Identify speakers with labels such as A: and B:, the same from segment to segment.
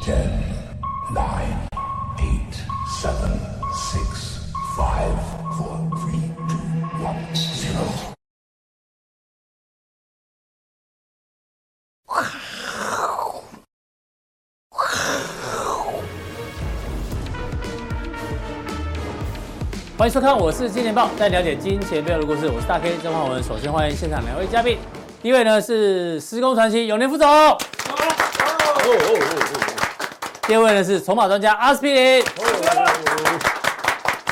A: Ten, nine, eight, seven, six, five, four, three, two, one, zero。
B: 欢迎收看，我是金钱豹，带你了解金钱背后的故事。我是大 K 曾焕文。首先欢迎现场两位嘉宾，第一位呢是施工传奇永年副总，第二位呢是筹码专家阿司匹林。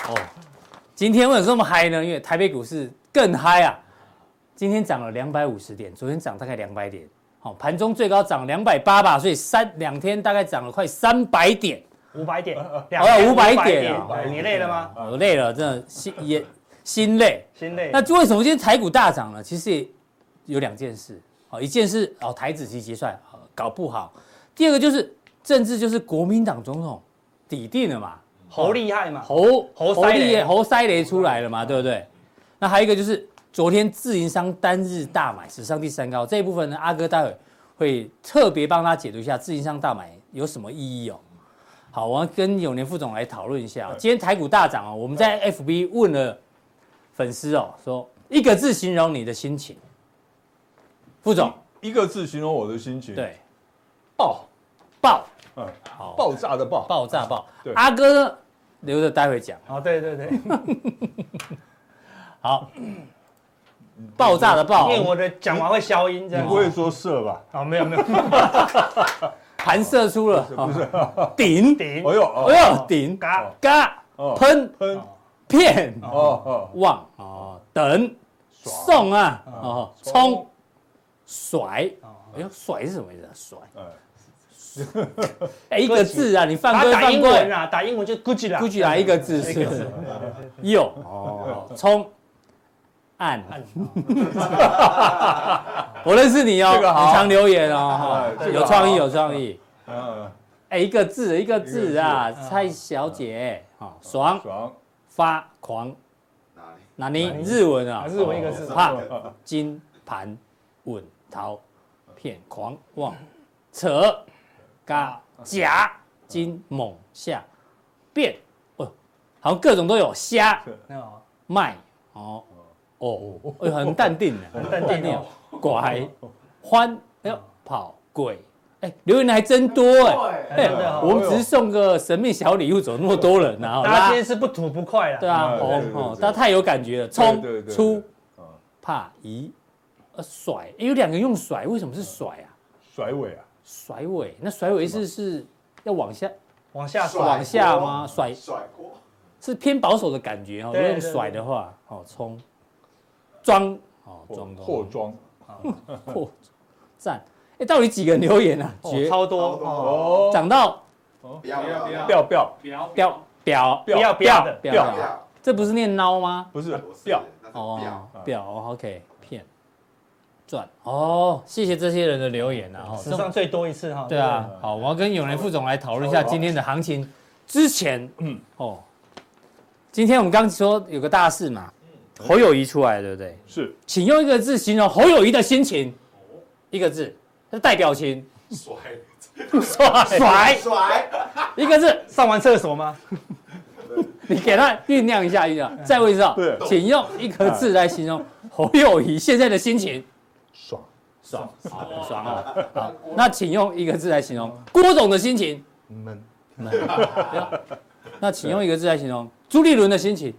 B: 哦，今天为什么这么嗨呢？因为台北股市更嗨啊！今天涨了两百五十点，昨天涨大概两百点，好、盘中最高涨两百八吧，所以三两天大概涨了快三百点。
C: 五百 点，
B: 要
C: 两
B: 500
C: 500
B: 点啊
C: 你累了吗？
B: 我累了，真的心也心累。
C: 心累。
B: 那为什么今天台股大涨呢？其实也有两件事，好，一件事哦，台子期结算好搞不好；第二个就是政治，就是国民党总统抵定了嘛，
C: 猴厉害嘛？
B: 侯
C: 侯
B: 侯
C: 塞
B: 力
C: 雷
B: 也侯塞雷出来了嘛，对不对？那还有一个就是昨天自营商单日大买史上第三高这一部分呢，阿哥待会会特别帮他解读一下自营商大买有什么意义哦。好，我要跟永年副总来讨论一下哦、今天台股大涨哦，我们在 FB 问了粉丝哦，说一个字形容你的心情，副总
D: 一个字形容我的心情，，
B: 对
D: 爆，
B: 爆
D: 嗯，
B: 好
D: 爆炸的爆，
B: 爆炸爆
D: 对，
B: 阿哥呢留着待会讲。
C: 哦，对对对，
B: 好，爆炸 的爆，哦
C: 念我的讲完会消音这
D: 你
C: 样
D: 不。会说射吧？
C: 哦，没有没有，
B: 弹射出了，哦顶，
C: 顶
D: 哎呦，哦
B: 哎呦，顶，
C: 嘎
B: 嘎，
D: 哦
B: 喷，
D: 喷，
B: 片，
D: 哦哦，
B: 望，哦，等，送啊，哦，冲，甩，哎呦，甩是什么意思啊？甩，
D: 哎，
B: 哎，一个字啊，你犯
C: 他
B: 规
C: 打
B: 犯
C: 英文
B: 规，
C: 啊，打英文就 Gucci 啦
B: 估计来一个字是不是右，哦，冲，按，我认识你哦，
D: 这个好
B: 你常留言哦，
D: 哎
B: 哈
D: 这个
B: 有创意，
D: 好
B: 有创意。
D: 嗯，
B: 哎，一个字一个字啊
C: 一个，字
B: 蔡小姐，啊，爽
D: 爽，
B: 发狂，哪里？日文啊，
C: 日文一个字
B: 怕金盘稳桃片狂妄扯嘎夹金猛下变，哦，好像各种都有虾
C: 没有，
B: 卖哦哦，哎很淡定的， 很
C: 淡定哦
B: 哦，拐欢哎呦跑鬼。哎，留言的还真多哎！哎
C: 真的哦，
B: 我们只是送个神秘小礼物，怎么那么多人呢？
C: 大家今天是不吐不快啦。
B: 对啊，
D: 嗯
B: 哦
D: 对对对
B: 哦，
D: 对
B: 大家太有感觉了，
D: 对
B: 冲
D: 对
B: 出，
D: 对嗯
B: 怕移，呃甩，诶有两个用甩，为什么是甩啊？
D: 甩尾啊，
B: 甩尾，那甩尾意思是要往下
C: 往下
E: 甩
C: 啊甩
B: 往下吗？甩
E: 甩锅，
B: 是偏保守的感觉哦，如
C: 对
B: 果
C: 对
B: 用甩的话，哦冲，装哦
D: 货
B: 装
D: 货装，
B: 货站，哎，到底几个人留言啊？
C: 哦
B: 绝
C: 超多
E: 超多
C: 哦，
D: 哦，
B: 涨到
E: 不要不要不要
D: 掉掉
B: 表表
C: 不要不要的，
B: 表
E: 不
B: 表，
E: 要，
B: 这不是念孬吗？
D: 不是
E: 我是
D: 掉，
E: 那是不
B: 哦
E: 要，
B: 表
C: 嗯
B: OK 骗赚哦，谢谢这些人的留言啊，哦
C: 史上最多一次哈。
B: 对啊，好，我要跟永仁副总来讨论一下今天的行情。之前，嗯，哦，今天我们刚说有个大事嘛，侯友谊出来，对不对？
D: 是
B: 请用一个字形容侯友谊的心情，一个字，是带表 情，
C: 对不对，甩
E: 甩，
B: 一个字，
C: 上完厕所吗？
B: 你给他酝酿一下，酝酿。再问一下
D: 对，
B: 请用一个字来形容侯友谊现在的心情，
D: 爽，
B: 爽，好爽哦。好，那请用一个字来形容郭总的心情，
D: 闷，
B: 那请用一个字来形容朱立伦的心情，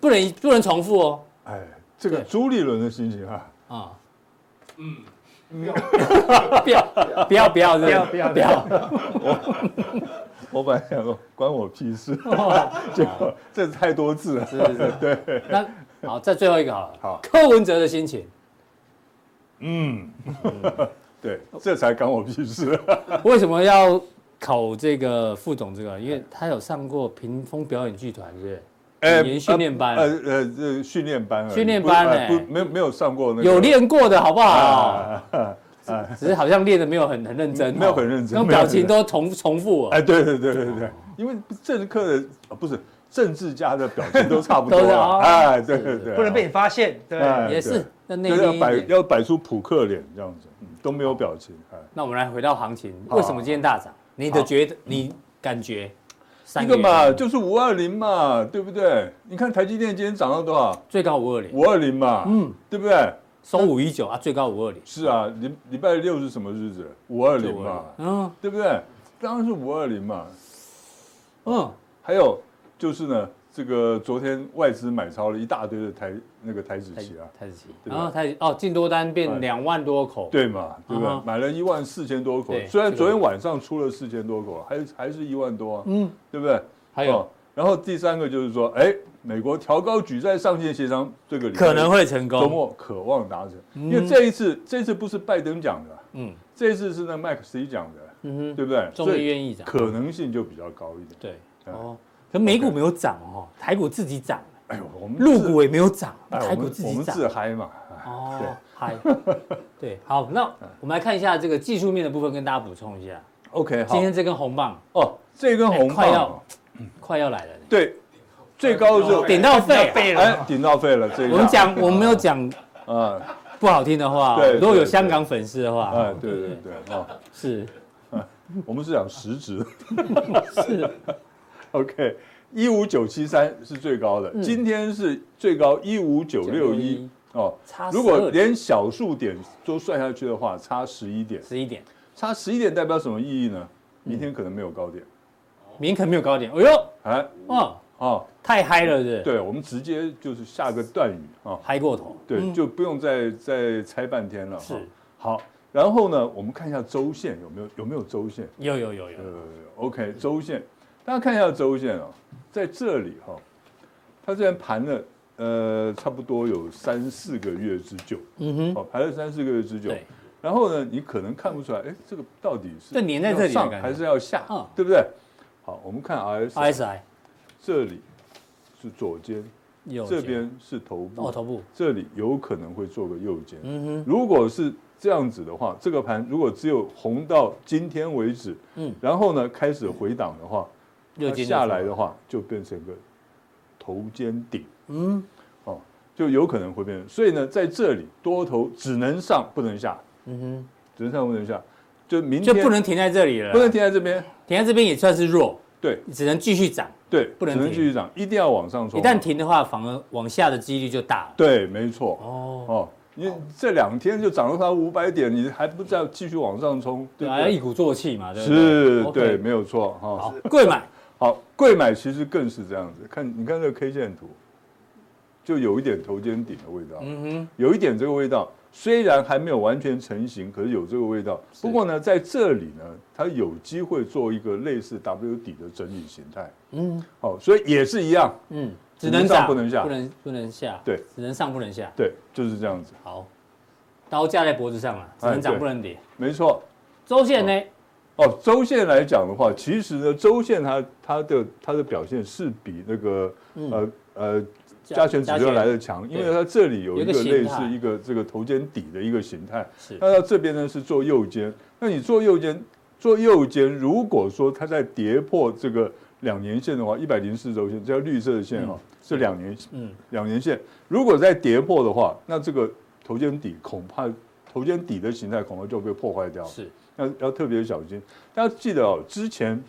B: 不能不能重复哦。
D: 哎，这个
B: 对
D: 朱立伦的心情 啊，
B: 啊，嗯，不要不要不要不要不要不要，
D: 我本来想说关我屁 事，
B: 哦
D: 结果这太多字了，
B: 是是是，对。那好，再最后一个好了。
D: 好
B: 柯文哲的心情，
D: 嗯， 对，这才关我屁 事，
B: 为什么要考这个副总这个？因为他有上过屏风表演剧团，是不是？语言训练班啊
D: 呃呃呃，训练班而已，
B: 训练班
D: 不是
B: 哎
D: 呃不，没有没有上过那个，
B: 有练哦过的好不好？
D: 啊，
B: 只是好像练的没有很很认真哦，
D: 没有很认真
B: 那种表情都重重复哦，
D: 哎，对对对对对，因为政客的啊不是政治家的表情都差不多
B: 都是
D: 啊
B: 哦，
D: 哎，对对对，
C: 不能被你发现，对不对哦
D: 哎
B: 也是。那内
D: 就是要
B: 敛一
D: 摆
B: 点。
D: 要摆出扑克脸这样子，嗯都没有表情。哎
B: 那我们来回到行情，
D: 好
B: 为什么今天大涨？你的觉得，你感觉？
D: 一
B: 三
D: 个
B: 月
D: 嘛，就是五二零嘛，对不对？你看台积电今天涨了多少？
B: 最高五二零，
D: 五二零嘛，嗯，对不对？
B: 收五一九啊，最高五二零。
D: 是啊，礼礼拜六是什么日子？五二零嘛，
B: 嗯
D: 对不对？当然是五二零嘛。
B: 嗯，
D: 还有就是呢，这个昨天外资买超了一大堆的台那个台子期啊，
B: 嗯台子期，
D: 对吧哎
B: 然后台子哦，进多单变两万多口，
D: 对嘛，对不
B: 嗯
D: 对？
B: 哼
D: 买了一万四千多口
B: 对，
D: 虽
B: 这
D: 然
B: 个
D: 昨天
B: 我
D: 晚上出了四千多口，还还是一万多啊，
B: 嗯，
D: 对不对？
B: 还有
D: 哦，然后第三个就是说，哎，美国调高举债上限协商这个礼拜
B: 可能会成
D: 周
B: 功。
D: 末渴望达成，因为这一次这一次不是拜登讲的，
B: 嗯
D: 这一次是那麦克斯讲的，
B: 嗯
D: 对不对
B: 哼，？终
D: 所
B: 于
D: 以
B: 愿意涨。
D: 可能性就比较高一点。
B: 对，
D: 哎
B: 哦，可美股没有涨哦，台股自己涨，
D: 哎呦，我们
B: 陆
D: 自
B: 股也没有涨，
D: 哎
B: 台
D: 我
B: 股
D: 们
B: 自
D: 我
B: 己
D: 们
B: 涨。
D: 自嗨嘛，哎
B: 哦，嗨， 对，好，那我们来看一下这个技术面的部分，跟大家补充一下。
D: OK，好
B: 今天这根红棒
D: 哦，这根
B: 哎
D: 红
B: 快
D: 棒
B: 要
D: 哦
B: 快要来了呢，
D: 对最高的时候
B: 顶到肺啊。
C: 背
D: 哎
C: 了，
D: 顶到肺了，这一
B: 我们
D: 下
B: 讲，我们没有讲
D: 啊
B: 不好听的话哦，
D: 对
B: 如果有
D: 对
B: 香港粉丝的话，
D: 哎，对对对啊，
B: 是
D: 我们是讲实质
B: 是，
D: OK。一五九七三是最高的，
B: 嗯
D: 今天是最高一五九六一哦。
B: 差
D: 如果连小数点都算下去的话，差十一点，
B: 十一点，
D: 差十一点代表什么意义呢？
B: 嗯
D: 明天可能没有高点，
B: 明肯没有高点，哎呦，
D: 哎，
B: 哇，
D: 哦，
B: 太嗨了，是不是？，
D: 对，我们直接就是下个断语啊，
B: 嗨过头，
D: 对，就不用再再猜半天了。
B: 嗯是
D: 哈好，然后呢，我们看一下周线有没有有没有周线？
B: 有有有
D: 呃
B: 有，
D: ，OK，周线，大家看一下周线啊、在这里哈、它虽然盘了呃差不多有三四个月之久，
B: 嗯哼，
D: 哦，盘了三四个月之久。
B: 对，
D: 然后呢，你可能看不出来，哎，这个到底是
B: 这粘在这里的
D: 要上
B: 感觉
D: 还是要下
B: 嗯，
D: 对不对？好，我们看 RS，
B: ，RSI
D: 这里是左肩，
B: 有
D: 这边是头
B: 哦
D: 部，
B: 头部，
D: 这里有可能会做个右肩。
B: 嗯
D: 如果是这样子的话，这个盘如果只有红到今天为止，
B: 嗯
D: 嗯，然后呢开始回档的话，
B: 哼，右
D: 它
B: 肩
D: 下来的话就变成个头肩顶，
B: 嗯，
D: 哦，就有可能会变成。所以呢，在这里多头只能上不能下，
B: 嗯哼，
D: 只能上不能下，就明
B: 就
D: 天
B: 不能停在这里了，
D: 不能停在这边，
B: 停在这边也算是弱，
D: 对
B: 只能继续涨，
D: 对，
B: 不能
D: 只能
B: 停
D: 继续涨，一定要往上
B: 一
D: 冲。哦
B: 旦停的话，反而往下的几率就大了。
D: 对，没错，
B: 哦，
D: 哦，你这两天就涨了它五百点，你还不再继续往上冲，
B: 对
D: 对不
B: 啊，要一
D: 对？
B: 鼓作气嘛，对不对？
D: 是，
B: OK
D: 对，，没有错哈。
B: 好，贵买，
D: 好，贵买其实更是这样子，看你看这个 K 线图，就有一点头肩顶的味道，
B: 嗯
D: 有一点这个味道。虽然还没有完全成型，可是有这个味道。不过呢，在这里呢，它有机会做一个类似 W 底的整理形态。
B: 哼，嗯
D: 好，所以也是一样，
B: 嗯，只
D: 只
B: 能
D: 能上
B: 涨
D: 不能下
B: 不能不能下，
D: 对，
B: 只能上不能下。
D: 对，就是这样子，
B: 好，刀架在脖子上啊了，只能涨不能跌。
D: 没错。
B: 周线呢？
D: 哎哦，周线来讲的话，其实呢，周线它它的它的表现是比那个、
B: 嗯
D: 呃呃加权指标来的强，因为它这里有
B: 有
D: 一
B: 一个
D: 个
B: 形
D: 类
B: 态
D: 似一个这个头肩底的一个形态。
B: 是
D: 那到这边呢是做右肩，那你做右肩做右肩，如果说它在跌破这个两年线的话，一百零四周线这条绿色的线哈、哦是两年
B: 嗯，
D: 两年线，如果再跌破的话，那这个头肩底恐怕头肩底的形态恐怕就被破坏掉了。
B: 是
D: 要要特别小心。大家记得哦，之前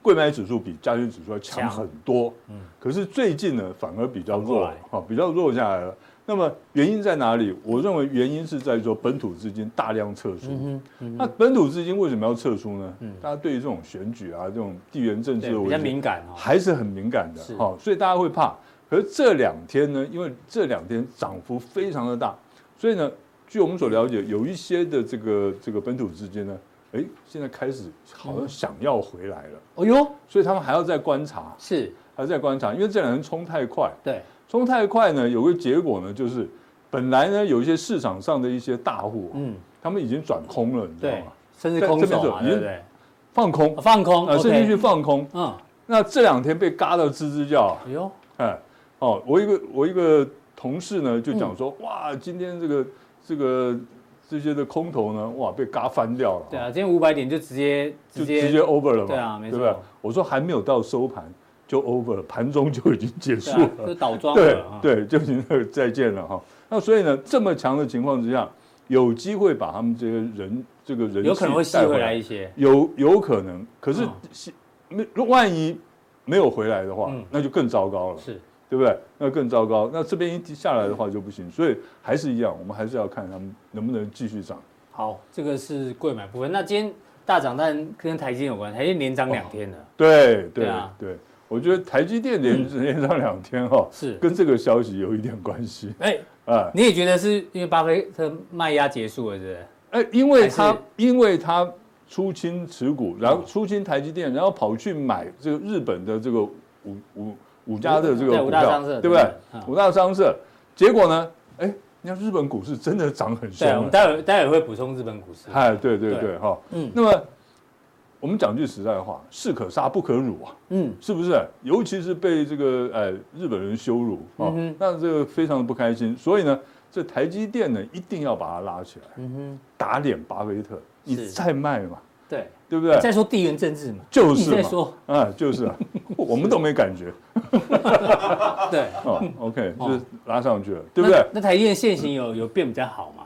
D: 贵买指数比加权指数要强
B: 强
D: 很多，嗯，可是最近呢反而比较弱
B: 反
D: 了
B: 过，
D: 哦，比较弱下来了。那么原因在哪里？我认为原因是在说本土资金大量撤
B: 嗯
D: 出。那本土资金为什么要撤出呢？大家对于这种选举啊、这种地缘政治
B: 对
D: 的
B: 比
D: 危
B: 较
D: 机
B: 敏感哦。
D: 还是很敏感
B: 是
D: 的，好、所以大家会怕。可是这两天呢，因为这两天涨幅非常的大，所以呢，据我们所了解，有一些的这个这个本土之间呢，哎，现在开始好像想要回来了，
B: 哦呦，
D: 所以他们还要再观察，
B: 是
D: 还要再观察，因为这两天冲太快，
B: 对，
D: 冲太快呢，有个结果呢，就是本来呢有一些市场上的一些大户，啊
B: 嗯，
D: 他们已经转空了，你知道
B: 对
D: 吗？，
B: 甚至空手嘛，
D: 在这边走
B: 对不对？
D: 放空
B: 哦，放空，
D: 啊，甚至去
B: OK，
D: 放空。
B: 嗯，
D: 那这两天被嘎到吱吱叫啊。
B: 哎呦，
D: 哎，哦，我一个我一个同事呢就
B: 嗯
D: 讲说，哇，今天这个这个这些的空头呢，哇，被嘎翻掉了，哦
B: 对啊，今天五百点就直接
D: 就直
B: 直接
D: 接 over 了嘛，
B: 对啊没错
D: 对吧？我说还没有到收盘就 over 了，盘中就已经结
B: 对
D: 束
B: 啊，
D: 了，
B: 就倒装
D: 对
B: 了啊。
D: 对，就已经再见了哈。那所以呢，这么强的情况之下，有机会把他们这些人这个人
B: 有可能会
D: 气
B: 吸
D: 带
B: 回来一些。
D: 有有可能，可是
B: 嗯
D: 西没、如万一没有回来的话，
B: 嗯
D: 那就更糟糕了，
B: 是，
D: 对不对？那更糟糕。那这边一下来的话就不行，所以还是一样，我们还是要看他们能不能继续涨。
B: 好，这个是贵买部分。那今天大涨，但跟台积电有关，台积电连涨
D: 哦
B: 两天了，
D: 对对
B: 对啊
D: 对，我觉得台积电连连上两天哈、哦，
B: 是。
D: 跟这个消息有一点关系
B: 哎、
D: 啊。
B: 你也觉得是因为巴菲特卖压结束了，是不是？
D: 哎，因为
B: 还
D: 他
B: 是
D: 因为他出清持股，然后出清台积电，然后跑去买这个日本的这个五五五家的这个
B: 对
D: 股
B: 五大
D: 票
B: 商社，
D: 对不对
B: 对？嗯
D: 五大商社，结果呢？哎，你看日本股市真的涨很凶
B: 对，我
D: 啊
B: 们，待会待会会补充日本股市。
D: 哎，对对对
B: 对
D: 哈。
B: 嗯
D: 那么我们讲句实在话，士可杀不可辱啊。
B: 嗯，
D: 是不是？尤其是被这个呃日本人羞辱啊、
B: 嗯哼
D: 那这个非常的不开心。所以呢，这台积电呢一定要把它拉起来，打脸巴菲特，你
B: 嗯是
D: 再卖嘛，
B: 对。
D: 对不对？
B: 再说地缘政治嘛，
D: 就是
B: 你在
D: 嘛
B: 说，
D: 啊，就是啊， 我们都没感觉
B: 对，
D: 哦。OK，
B: 哦
D: 就是拉上去了，对不对
B: 那？那台积电现行有有变比较好吗？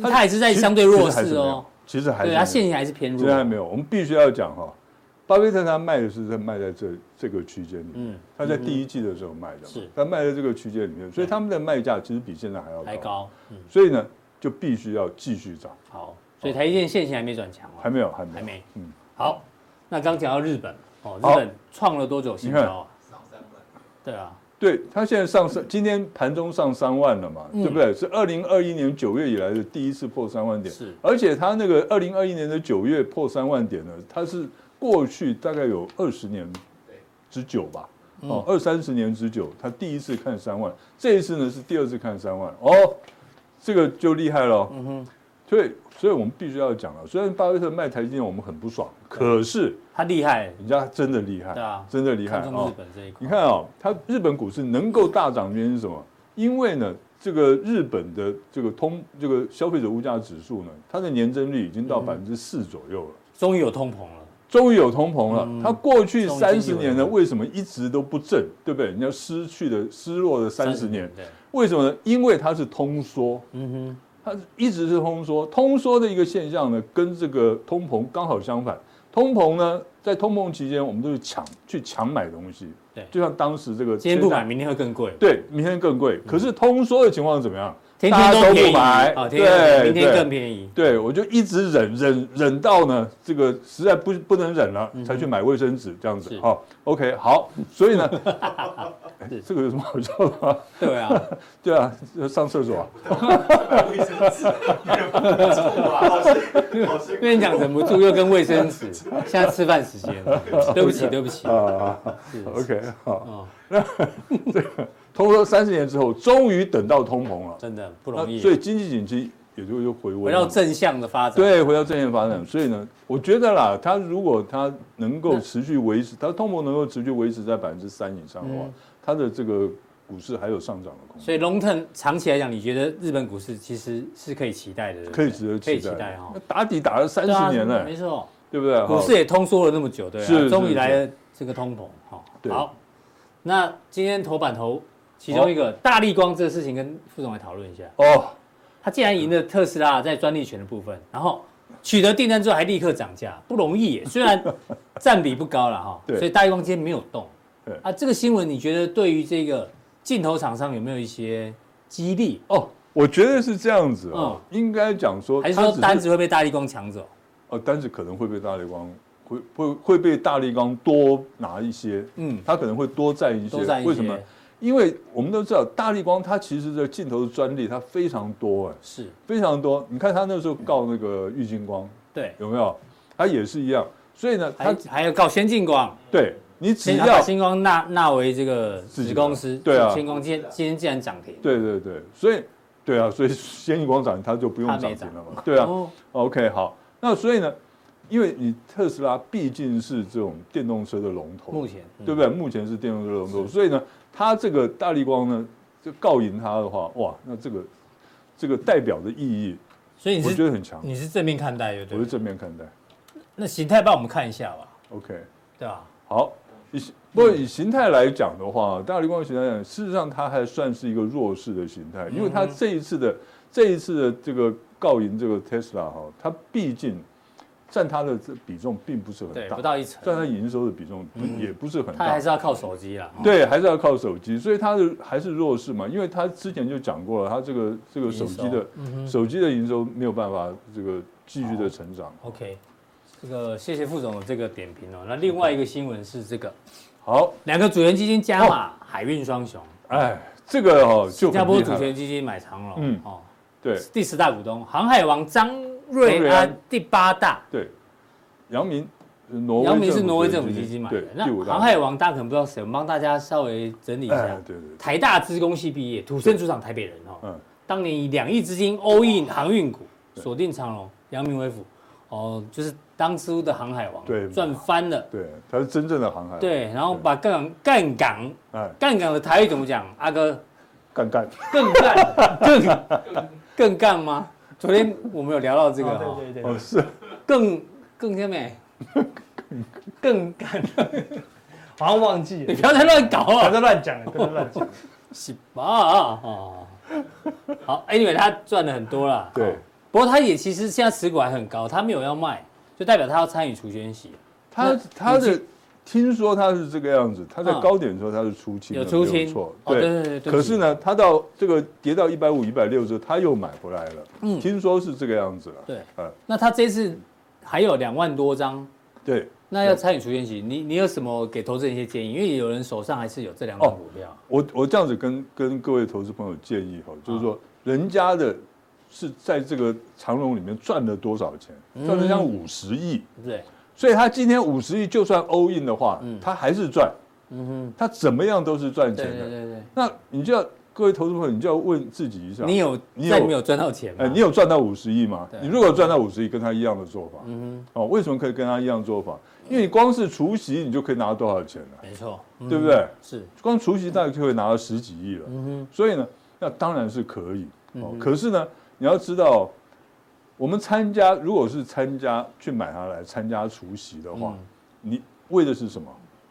D: 它
B: 它也是在
D: 其
B: 相对
D: 其实
B: 弱
D: 还是
B: 势
D: 没有
B: 哦，，
D: 其实还是
B: 对，它
D: 没有
B: 现行还是偏
D: 现在还
B: 弱。
D: 没有，我们必须要讲哈、巴菲特他卖的是在卖在这这个区间里面，
B: 嗯，
D: 他在第一季的时候卖的嘛，
B: 是
D: 他卖在这个区间里面，所以他们的卖价其实比现在还要
B: 还高，嗯，
D: 所以呢，就必须要继续涨，
B: 好，所以台积电现行还没转强哦，
D: 还没有，还没有，
B: 还没，
D: 嗯，
B: 好，那刚讲到日本哦，日
D: 好
B: 本创了多久新高啊？对啊，
D: 对，它现在上升，今天盘中上三万了嘛，
B: 嗯
D: 对不对？是二零二一年九月以来的第一次破三万点，
B: 是
D: 而且它那个二零二一年的九月破三万点呢，它是过去大概有二十年之久吧。
B: 嗯
D: 哦，二三十年之久，它第一次看三万，这一次呢是第二次看三万，哦，这个就厉害了。嗯哼，所以，所以我们必须要讲了，虽然巴菲特卖台积电我们很不爽，可是
B: 它厉害，
D: 人家真的厉害，
B: 对啊
D: 真的厉害
B: 看
D: 啊、
B: 中日
D: 哦！
B: 本这一块。
D: 你看啊、哦，它日本股市能够大涨，原因是什么？因为呢，这个日本的这个通这个消费者物价指数呢，它的年增率已经到
B: 嗯
D: 百分之四左右了，
B: 终于有通膨了，
D: 终于有通膨了。它过去
B: 嗯终于有
D: 三十年呢，
B: 了
D: 为什么一直都不振，对不对？人家失去了失落的三十年，
B: 对，
D: 为什么呢？因为它是通缩，
B: 嗯哼，
D: 它一直是通缩，通缩的一个现象呢，跟这个通膨刚好相反。通膨呢，在通膨期间，我们都是抢去抢买东西，
B: 对
D: 就像当时这个
B: 今天不
D: 现在
B: 买，明天会更贵，
D: 对，明天更贵。可是通缩的情况怎么样？
B: 嗯天
D: 大家
B: 天都
D: 不
B: 便宜
D: 买，
B: 啊，天天
D: 对
B: 明天
D: 对
B: 更便宜，
D: 对，我就一直忍忍忍到呢，这个实在不不能忍了，才去买卫生纸这样子
B: 嗯是。
D: 好，OK，好，所以 呢， 哎这个有什么好笑的吗？
B: 对啊，
D: 对啊，就上厕所啊。
E: 卫生纸，老师，老师
B: 因为你讲忍不住又跟卫生纸，现在吃饭时间 了，对不起对不起，
D: 啊
B: 是
D: ，OK，
B: 哦
D: 好，那 这个通缩三十年之后，终于等到通膨了，
B: 真的不容
D: 那
B: 易，
D: 所以经济景气也就又回温了，
B: 回到正向的发展，
D: 对，回到正面发展。所以呢，我觉得啦，它如果它能够持续维持，它通膨能够持续维持在百分之三以上的话，
B: 嗯
D: 它的这个股市还有上涨的空间，
B: 所以 long term 长期来讲，你觉得日本股市其实是可以期待的，对不
D: 可
B: 对
D: 以值得
B: 可以
D: 期
B: 期
D: 待
B: 待
D: 的
B: 哈。
D: 那打底打了三
B: 对啊
D: 十年了，
B: 没错，
D: 对不对？
B: 股
D: 哈
B: 市也通缩了那么久，对
D: 是
B: 啊，
D: 是
B: 终于来了这个通膨哈。
D: 对
B: 好，那今天头版头其中一个大力光这个事情，跟副总来讨论一下。
D: 哦，
B: 他竟然赢了特斯拉在专利权的部分，然后取得订单之后还立刻涨价，不容易耶。虽然占比不高了哈，
D: 对
B: 所以大力光今天没有动
D: 对。
B: 啊，这个新闻你觉得对于这个镜头厂商有没有一些激励？
D: 哦，我觉得是这样子哦，应该讲说它
B: 嗯还
D: 只
B: 是
D: 是，
B: 说单子会被大力光抢走？
D: 哦，单子可能会被大力光会会会被大力光多拿一些，
B: 嗯，
D: 它可能会多占一些
B: 都占，一些。
D: 为什么？？因为我们都知道大力光它其实的镜头的专利它非常多哎，
B: 是
D: 非常多。你看它那时候告那个玉金光
B: 对，
D: 有没有？它也是一样，所以呢，
B: 还
D: 它
B: 还要告先进光，
D: 对你只
B: 先把
D: 要
B: 星光纳纳为这个
D: 自己
B: 子
D: 的
B: 公司，
D: 对啊
B: 星光今天今天竟然涨停，
D: 对对对，所以对啊，所以 先进光涨它就不用
B: 它没
D: 涨停
B: 涨
D: 了 嘛，对啊。
B: 哦，
D: OK，好，那所以呢，因为你特斯拉毕竟是这种电动车的龙头，
B: 目前嗯
D: 对不对？目前是电动车龙头，所以呢，它这个大力光呢，就告赢它的话，哇，那这个这个代表的意义，
B: 所以你
D: 我觉
B: 是
D: 得很强，
B: 你是正面看待，对不
D: 我
B: 对
D: 是
B: 了？
D: 正面看待。
B: 那形态帮我们看一下吧，
D: OK，
B: 对吧？
D: 好，以形不
B: 嗯
D: 过以形态来讲的话，大力光的形态来讲，
B: 嗯
D: 事实上它还算是一个弱势的形态，因为它这一次的这一次的这个告赢这个 Tesla 哈，它毕竟占它的这比重并不是很
B: 对，
D: 大，
B: 不到一成，
D: 占它营收的比重不也不是很
B: 它
D: 大，
B: 还是要靠手机啦。
D: 对，还是要靠手机，所以它的还是弱势嘛，因为它之前就讲过了，它这个这个手机的
B: 嗯
D: 手机的营收没有办法这个继续的成长。
B: 哦 OK，这个谢谢副总的这个点评哦。那另外一个新闻是这个，
D: 好，
B: 两个主权基金加码海运双雄，
D: 哎，哦这个哦就
B: 新加坡
D: 很厉
B: 主
D: 害了，
B: 权基金买长隆，
D: 嗯
B: 哦，
D: 对
B: 第十大股东航海王张瑞
D: 瑞
B: 安
D: 安
B: 第八大，
D: 对，阳明，呃挪威
B: 姚明是
D: 政府
B: 挪威
D: 的
B: 政府基金买的
D: 对，，
B: 那
D: 第五大
B: 航海王大家可能不知道谁，我们帮大家稍微整理一
D: 哎
B: 下，。
D: 对对，对
B: 台大资工系毕业，土生土长台北人哦，
D: 嗯，
B: 当年以两亿资金欧印航运股锁定长隆、阳明为辅，哦，就是当初的航海王，
D: 对嗯
B: 赚翻了。
D: 对，它是真正的航海，，
B: 对，然后把杠杠杆
D: 哎，
B: 杠杆的台语怎么讲？阿哥，
D: 干干，
B: 更干更更干吗？昨天我们有聊到这个
C: 哦
B: 哈，
C: 对对
D: 哦
C: 对，
D: 是，
B: 更更下面，
C: 更干，好像忘记
B: 你
C: 了，
B: 不要再乱搞
C: 不要
B: 了，
C: 再乱讲了，不要再乱讲了。
B: 是吧？哦，好，anyway，他赚了很多啦。
D: 对，
B: 不过他也其实现在持股还很高，他没有要卖，就代表他要参与除权息，
D: 它
B: 那
D: 它
B: 你
D: 的听说它是这个样子，它在
B: 嗯
D: 高点的时候它是出清的，
B: 有出
D: 没
B: 清。
D: 错，
B: 哦，对对对对。
D: 可是，呢，它到这个跌到一百五、一百六之后，它又买回来了。
B: 嗯
D: 听说是这个样子了。
B: 对
D: 呃，
B: 那他这次还有两万多张，
D: 对
B: 那要参与除权息，你你有什么给投资人一些建议？因为有人手上还是有这两种
D: 哦
B: 股票，
D: 我我这样子跟跟各位投资朋友建议哈，就是说
B: 嗯
D: 人家的是在这个长隆里面赚了多少钱，
B: 嗯
D: 赚了像五十亿，
B: 对不对？
D: 所以他今天五十亿就算 all in 的话，他还是赚，
B: 嗯哼，
D: 他怎么样都是赚
B: 对
D: 钱
B: 对
D: 的。
B: 对对。
D: 那你就要各位投资朋友，你就要问自己一下，
B: 你有
D: 你
B: 在
D: 有
B: 没有赚到钱吗？
D: 哎，你有赚到五十亿吗
B: 对？嗯
D: 你如果赚到五十亿，跟他一样的做法，哦，为什么可以跟他一样做法？因为你光是除息，你就可以拿到多少钱了，
B: 没错，嗯
D: 对不对？
B: 是
D: 光除息大概就会拿到十几亿了，所以呢，那当然是可以哦。可是呢，你要知道，我们参加如果是参加去买它来参加除息的话，你为的是什么？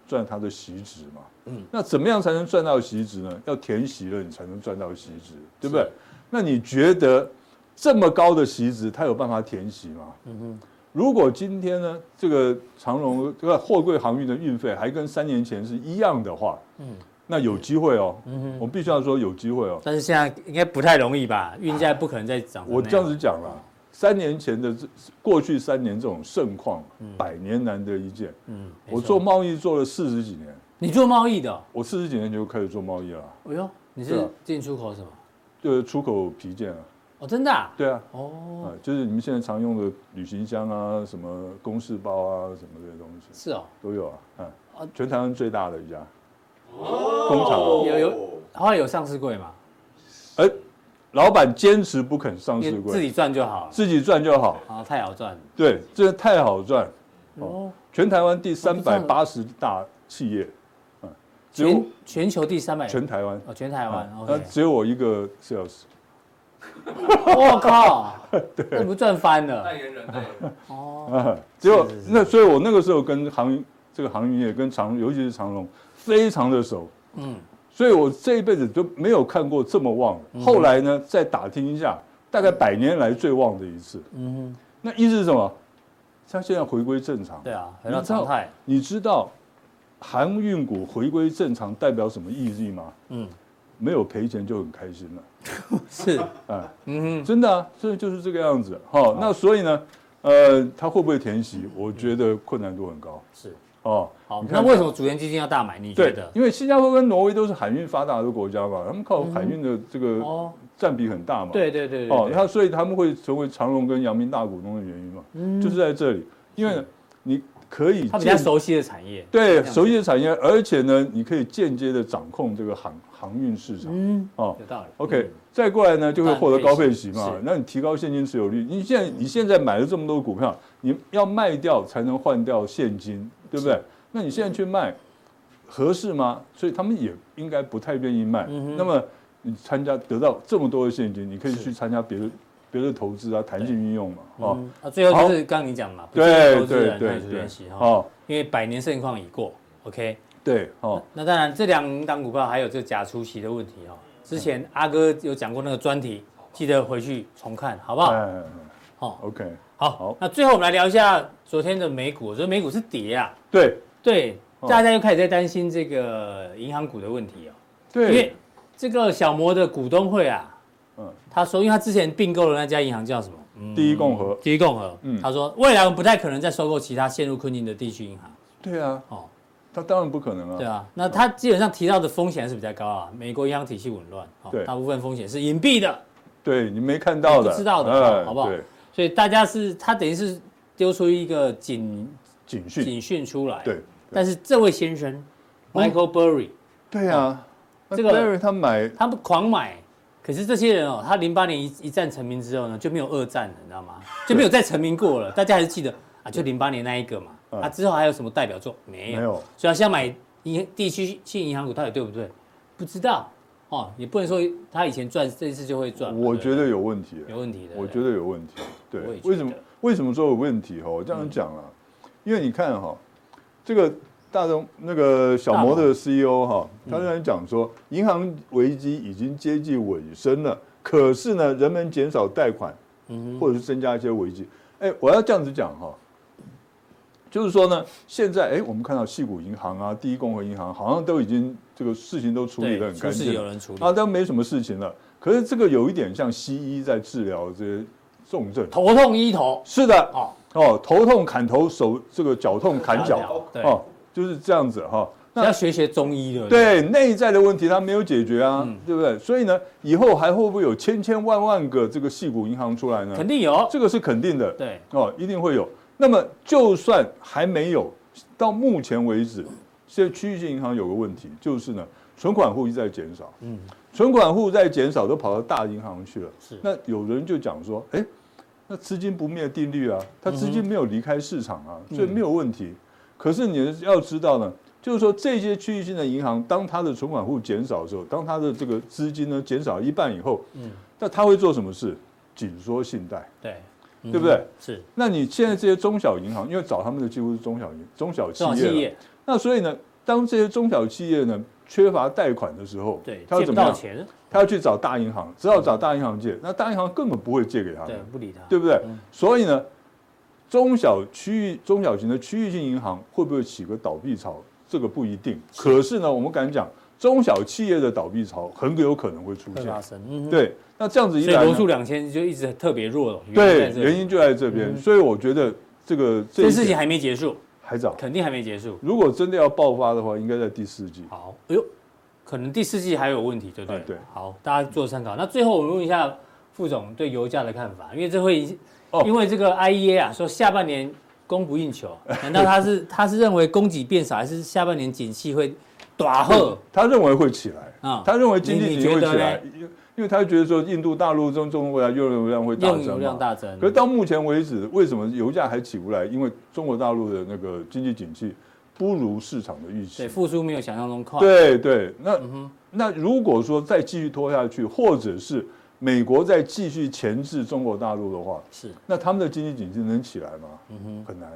D: 赚它的息值嘛。那怎么样才能赚到息值呢？要填息了，你才能赚到息值，对不对？那你觉得这么高的息值，它有办法填息吗？如果今天呢，这个长荣这个货柜航运的运费还跟三年前是一样的话，嗯，那有机会哦，嗯，我必须要说有机会哦。
B: 但是现在应该不太容易吧？运价不可能再涨成那样。
D: 我这样子讲啦，三年前的这过去三年这种盛况，百年难得一见。
B: 嗯，没错
D: 我做贸易做了四十几年，
B: 你做贸易的哦，
D: 我四十几年就开始做贸易了，
B: 哎呦，你
D: 对
B: 是
D: 啊
B: 进出口什么？
D: 就是出口皮件啊，
B: 哦，真的啊？
D: 对啊，
B: 哦，
D: 啊，就是你们现在常用的旅行箱啊，什么公事包啊，什么这些东西
B: 是哦，
D: 都有啊，
B: 啊
D: 啊，全台湾最大的一家工厂啊。
E: 哦
B: 有有后来有上市柜嘛？
D: 而哎老板坚持不肯上市
B: 因为自
D: 柜，
B: 己赚就好了，
D: 自己赚就好。
B: 啊，太好赚了。
D: 对，这太好赚。
B: 哦，
D: 全台湾第三
B: 不
D: 百
B: 赚
D: 八十大企业，嗯，只有
B: 全全球第三百，
D: 全台湾，
B: 哦，全台湾
D: 嗯那
B: ，OK。
D: 只有我一个 sales，
B: 我 靠，那你不赚翻
E: 代
B: 了？
E: 言人对，
B: 哦，
D: 啊只有
B: 是是是
D: 那，所以我那个时候跟航运这个航运业跟长，尤其是长隆，非常的熟。
B: 嗯，
D: 所以我这一辈子都没有看过这么旺的。后来呢，再打听一下，大概百年来最旺的一次。
B: 嗯，
D: 那意思是什么？像现在回归正常。
B: 对啊，回
D: 你
B: 到
D: 知道
B: 常态，
D: 你知道航运股回归正常代表什么意义吗？
B: 嗯，
D: 没有赔钱就很开心了，
B: 是，
D: 啊，
B: 嗯哼，
D: 真的啊，所以就是这个样子。好，那所以呢，呃，它会不会填息？我觉得困难度很高
B: 嗯是。
D: 哦。
B: 好，
D: 你
B: 那
D: 看
B: 为什么主权基金要大买？你觉
D: 对
B: 得，？
D: 因为新加坡跟挪威都是海运发达的国家嘛，他们靠海运的这个
B: 哦，
D: 占比很大嘛。
B: 嗯对对对对
D: 哦，
B: 对
D: 那所以他们会成为长荣跟阳明大股东的原因嘛，
B: 嗯
D: 就是在这里，因为呢你可以嗯
B: 他比较
D: 建
B: 熟悉的产业，
D: 对
B: 样子
D: 熟悉的产业，而且呢，你可以间接的掌控这个航航运市场。
B: 嗯，
D: 哦
B: 有道理。
D: ，OK，再过来呢，就会获得高配息
B: 当然
D: 嘛
B: 配息是。嗯
D: 那你提高现金持有率，你现在你现在买了这么多股票，你要卖掉才能换掉现金，对不对？那你现在去卖合适吗？所以他们也应该不太愿意卖。
B: 嗯
D: 那么你参加得到这么多的现金，你可以去参加别的别的投资啊，弹性运用嘛。哦，
B: 嗯，啊，最后就是刚刚你讲的嘛，不建议
D: 对
B: 投资
D: 对
B: 人
D: 对
B: 去
D: 对
B: 练习，哈，
D: 哦，
B: 因为百年盛况已过，OK。
D: 对哦，
B: 那当然，这两档股票还有这个假出席的问题哦。之前阿哥有讲过那个专题，记得回去重看，好不好？
D: 哎
B: 好，
D: ，OK，好
B: 好。那最后我们来聊一下昨天的美股，我觉得美股是跌啊，
D: 对
B: 对，
D: 哦
B: 大家又开始在担心这个银行股的问题哦，因
D: 对
B: 为，这个小摩的股东会啊，
D: 嗯
B: 他说，因为他之前并购的那家银行叫什么？
D: 第一共和，
B: 第一共和，
D: 嗯
B: 他说未来我们不太可能再收购其他陷入困境的地区银行。
D: 对啊，
B: 哦，
D: 他当然不可能
B: 对
D: 了，
B: 啊，那他基本上提到的风险还是比较高啊，美国银行体系紊乱，哦
D: 对，
B: 大部分风险是隐蔽的，
D: 对你没看到的，
B: 不知道的
D: 哎
B: 好不好
D: 对
B: 所以大家是他等于是丢出一个警
D: 警讯，
B: 警讯出来。
D: 对，
B: 但是这位先生
D: 哦
B: Michael Burry，、
D: 对啊，那
B: 这个
D: Barry 他买，
B: 他们狂买，可是这些人哦，他零八年一一战成名之后呢，就没有二战了，你知道吗？就没有再成名过了。大家还是记得啊，就零八年那一个嘛。
D: 嗯
B: 啊，之后还有什么代表作？没有。
D: 没有
B: 所以他现在买银地区性银行股，到底对不对？不知道哦，也不能说他以前赚，这一次就会赚嘛。
D: 我
B: 啊对不对
D: 觉得有问题，啊
B: 有问题的。
D: 我
B: 对
D: 觉得有问题。对
B: 我也，觉
D: 为什么
B: 得嗯
D: 为什么说有问题？哦哈，我这样讲了，因为你看哈，这个大东那个小摩的 CEO 哈，
B: 嗯
D: 他刚才讲说，银行危机已经接近尾声了，可是呢，人们减少贷款，
B: 嗯
D: 或者是增加一些危机。哎，我要这样子讲哈。就是说呢，现在哎，我们看到细谷银行啊、第一共和银行好像都已经这个事情都处理得
B: 对
D: 很干
B: 出
D: 净
B: 事
D: 了，
B: 有人处理，
D: 啊，但没什么事情了。可是这个有一点像西医在治疗这些重症。
B: 头痛医头
D: 是的，
B: 哦，
D: 哦，头痛砍头，手这个脚痛砍脚，
B: 对，
D: 哦，就是这样子哈、
B: 要学学中医对不对？
D: 对内在的问题他没有解决啊，
B: 嗯
D: 对不对？所以呢，以后还会不会有千千万万个这个细股银行出来呢
B: 肯？定有。
D: 这个是肯定的，
B: 对，
D: 哦，一定会有。那么就算还没有，到目前为止，现在区域性银行有个问题，就是呢，存款户一直在减少，嗯，存款户在减少，都跑到大银行去了。
B: 是
D: 那有人就讲说，哎，那资金不灭定律啊，它资金没有离开市场啊，所以没有问题。可是你要知道呢，就是说这些区域性的银行，当它的存款户减少的时候，当它的这个资金呢减少一半以后，嗯，那它会做什么事？紧缩信贷。
B: 对，对
D: 对不对？
B: 是
D: 那你现在这些中小银行，因为找他们的几乎是中小银中小企
B: 中小
D: 业
B: 企
D: 了，
B: 业
D: 那所以呢，当这些中小企业呢缺乏贷款的时候，
B: 对
D: 他要
B: 借不
D: 怎么
B: 到
D: 样？
B: 钱，嗯
D: 他要去找大银行，只好找大银行借，那大银行根本不会借给他
B: 对嗯
D: 们，，
B: 不理他。
D: 啊对不对？所以呢，中小区域中小型的区域性银行会不会起个倒闭潮？这个不一定。可是呢，我们敢讲，中小企业的倒闭潮很有可能会出
B: 会
D: 现
B: 发。生。嗯，
D: 对，那这样子一
B: 所以
D: 来呢，
B: 罗素两千就一直特别弱了。
D: 对，原
B: 原
D: 因
B: 因
D: 就在这边。所以我觉得这个
B: 嗯这
D: 一
B: 件事
D: 点
B: 情还没结束，
D: 还早。
B: 肯定还没结束。
D: 如果真的要爆发的话，应该在第四季。
B: 好，哎呦，可能第四季还有问题，对不对？
D: 哎对
B: 好，大家做参考。那最后我们问一下副总对油价的看法，因为这会
D: 哦，
B: 因为这个 IEA 啊说下半年供不应求，难道他是他是认为供给变少，还是下半年景气会短后？
D: 他认为会起来
B: 啊
D: 哦他认为经济
B: 你你
D: 体会
B: 觉得
D: 起来，因因为他觉得说印度大陆中中国啊未来用油量会大
B: 用
D: 增
B: 油量
D: 嘛。
B: 大增
D: 可，是到目前为止，为什么油价还起不来？因为中国大陆的那个经济景气不如市场的预
B: 对嗯
D: 期。
B: 复苏没有想象中快。
D: 对对，那那如果说再继续拖下去，或者是美国再继续钳制中国大陆的话，
B: 是
D: 那他们的经济景气能起来吗？很难。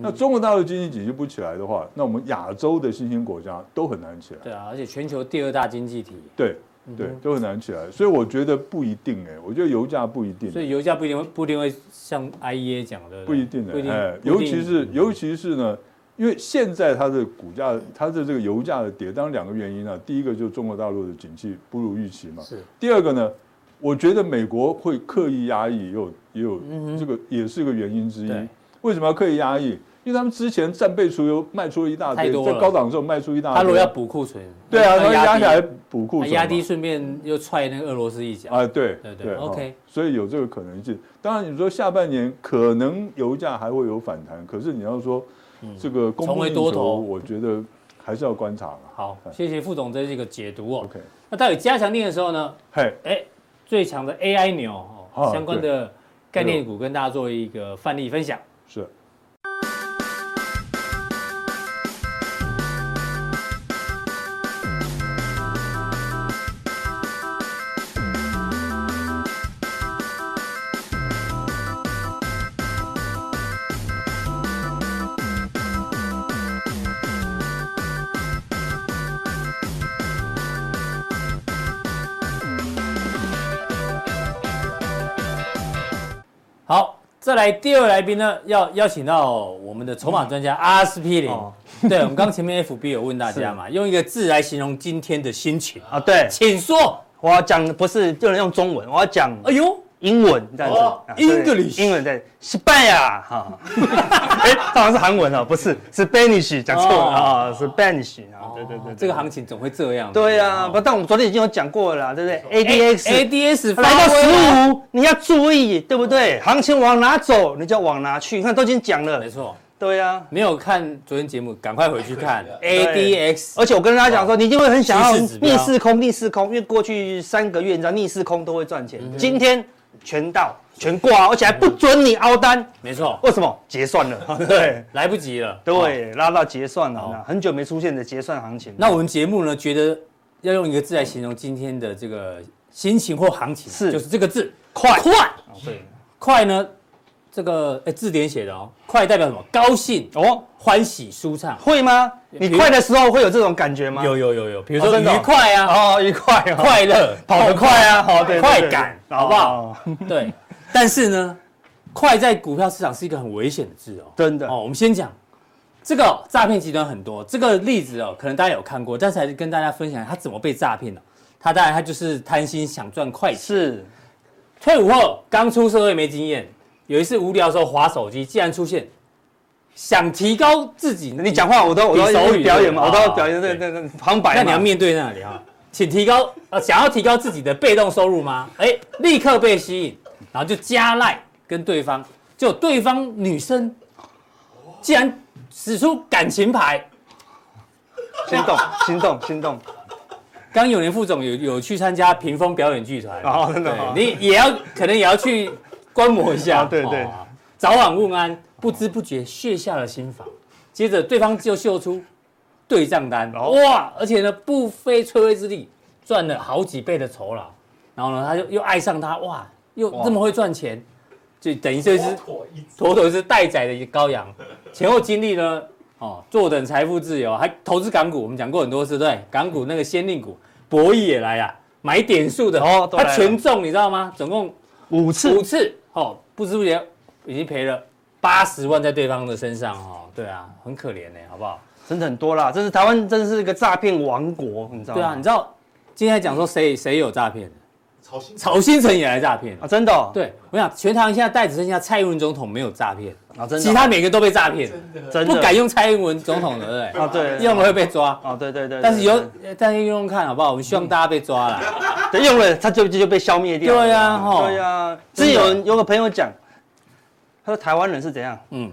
D: 那中国大陆经济景气不起来的话，那我们亚洲的新兴国家都很难起来。
B: 对啊，而且全球第二大经济体，
D: 对对，都很难起来。所以我觉得不一定哎、我觉得油价不一定，欸
B: 所以油价不一定会不一定会像 IEA 讲的，
D: 不一定
B: 不
D: 的、
B: 一定
D: 哎，，
B: 不
D: 尤
B: 一定
D: 其是尤其是呢，因为现在它的股价，它的这个油价的跌，当然两个原因啊，第一个就是中国大陆的景气不如预期嘛，
B: 是
D: 第二个呢，我觉得美国会刻意压抑，也有也有这个也是一个原因之一
B: 嗯对。
D: 为什么要刻意压抑？因为他们之前战备储油卖出了一大
B: 太
D: 堆，
B: 多
D: 在
B: 了
D: 高档的时候卖出一大堆。
B: 他如果要补库存，
D: 啊对啊，
B: 那
D: 他压
B: 低
D: 下来补库
B: 那
D: 存嘛，
B: 压低，顺便又踹那个俄罗斯一脚。
D: 啊，对
B: 对对
D: 对哦
B: OK
D: 所以有这个可能性。当然，你说下半年可能油价还会有反弹，可是你要说这个供
B: 嗯成
D: 不
B: 为
D: 应
B: 多
D: 求，
B: 头
D: 我觉得还是要观察了。
B: 好，谢谢副总这这个解读哦。
D: ，OK，
B: 那到底加强力的时候呢？
D: 嘿，
B: 哎，最强的 AI 牛哦
D: 啊
B: 相关的概念股跟大家做一个范例分享。
D: 是。
F: Thank
B: 再来第二来宾呢，要邀请到我们的筹码专家阿司匹林
C: 哦。
B: 对，我们刚前面 FB 有问大家 嘛，用一个字来形容今天的心情，
F: 啊，对，
B: 请说。
F: 我要讲不是不能用中文，我要讲
B: 哎呦，
F: 英文这样子。
B: 哦
F: 啊对
B: English
F: 英文在西班牙 哈。哎，这好像是韩文哦，不是是 Spanish，讲错了啊是 Spanish 啊，对对对对，
B: 哦这个行哦情总会这样。
F: 对啊呀，不，但我们昨天已经有讲过了啦，对不对？ADX
B: ADS
F: 来
B: 哎发
F: 到
B: 挥了
F: 十五，你要注意，对不对？行情往哪走，你就往哪去。你看都已经讲了
B: 没，错，
F: 对啊呀。
B: 没有看昨天节目，赶快回去看
F: 哎对
B: ADX。
F: 而且我跟大家讲说，你一定会很想要
B: 趋势指标
F: 逆势空，逆势空，因为过去三个月你知道逆势空都会赚钱，今天全到全挂，而且还不准你凹单，
B: 没错，
F: 为什么？结算了，对
B: 来不及了。哦
F: 对，拉到结算了，那很久没出现的结算行情。
B: 那我们节目呢，觉得要用一个字来形容今天的这个心情或行情，啊
F: 是哦
B: 就是这个字快快
F: 对
B: 快呢，这个哎字典写的哦，快代表什么？高兴、
F: 哦，
B: 欢喜、舒畅。
F: 会吗？
B: 比
F: 你
B: 如
F: 快的时候会有这种感觉吗？
B: 有有有有，比如说
F: 真的哦
B: 愉快啊、
F: 哦，愉快哦，
B: 快乐、
F: 跑得快啊，好对，对
B: 快
F: 对
B: 感
F: 对
B: 好不好
F: 哦
B: 对，但是呢，快在股票市场是一个很危险的字哦。
F: 真的
B: 哦，我们先讲这个哦诈骗集团很多，这个例子哦，可能大家有看过，但是还是跟大家分享他怎么被诈骗的。他当然他就是贪心想赚快钱，
F: 是
B: 退伍后刚出社会没经验，有一次无聊的时候划手机，竟然出现想提高自己，
F: 你讲话我都我都
B: 比手语
F: 一直表演嘛，
B: 对
F: 我
B: 不对
F: 都
B: 哦
F: 表演
B: 对
F: 对对对旁白嘛，
B: 那你要面对那里啊， 请提高呃，想要提高自己的被动收入吗？哎，立刻被吸引，然后就加赖跟对方，就对方女生竟然使出感情牌。
F: 心动心动心动，
B: 刚有年副总有有去参加屏风表演剧团，
F: 哦真的
B: 对
F: 哦
B: 你也要可能也要去观摩一下，
F: 啊对对
B: 早晚问安，不知不觉卸下了心防，接着对方就秀出对账单，
F: 哦
B: 哇，而且呢不费吹灰之力赚了好几倍的酬劳，然后呢他就又爱上他，哇，又这么会赚钱，就等于这是
E: 妥一次，
B: 妥妥是待宰的羔羊，前后经历呢，哦，坐等财富自由，还投资港股，我们讲过很多次，对，港股那个先令股，博弈也来啊，买点数的，
F: 哦都
B: 他
F: 来了
B: 全中，你知道吗？总共
F: 五
B: 五
F: 次
B: 次，哦，不知不觉已经赔了八十万在对方的身上，哦，对啊，很可怜呢，好不好？
F: 真的很多啦，真是台湾真是一个诈骗王国，你知道吗？
B: 对啊，你知道今天还讲说谁谁有诈骗的，
E: 曹新
B: 曹新成也来诈骗
F: 啊，，真的哦
B: 对我想全台湾现在带只剩下蔡英文总统没有诈骗，
F: 啊，真的哦
B: 其他每个都被诈骗，
F: 真的哦
B: 不敢用蔡英文总统的，对不对？
F: 啊，对，
B: 用了会被抓，
F: 啊，对对对，
B: 但是
F: 对
B: 有，但是用用看好不好？我们希望大家被抓了。
F: 对用了，他就就就被消灭掉了。
B: 对啊吼
F: 对呀，之前有人有个朋友讲，他说台湾人是怎样
B: 嗯，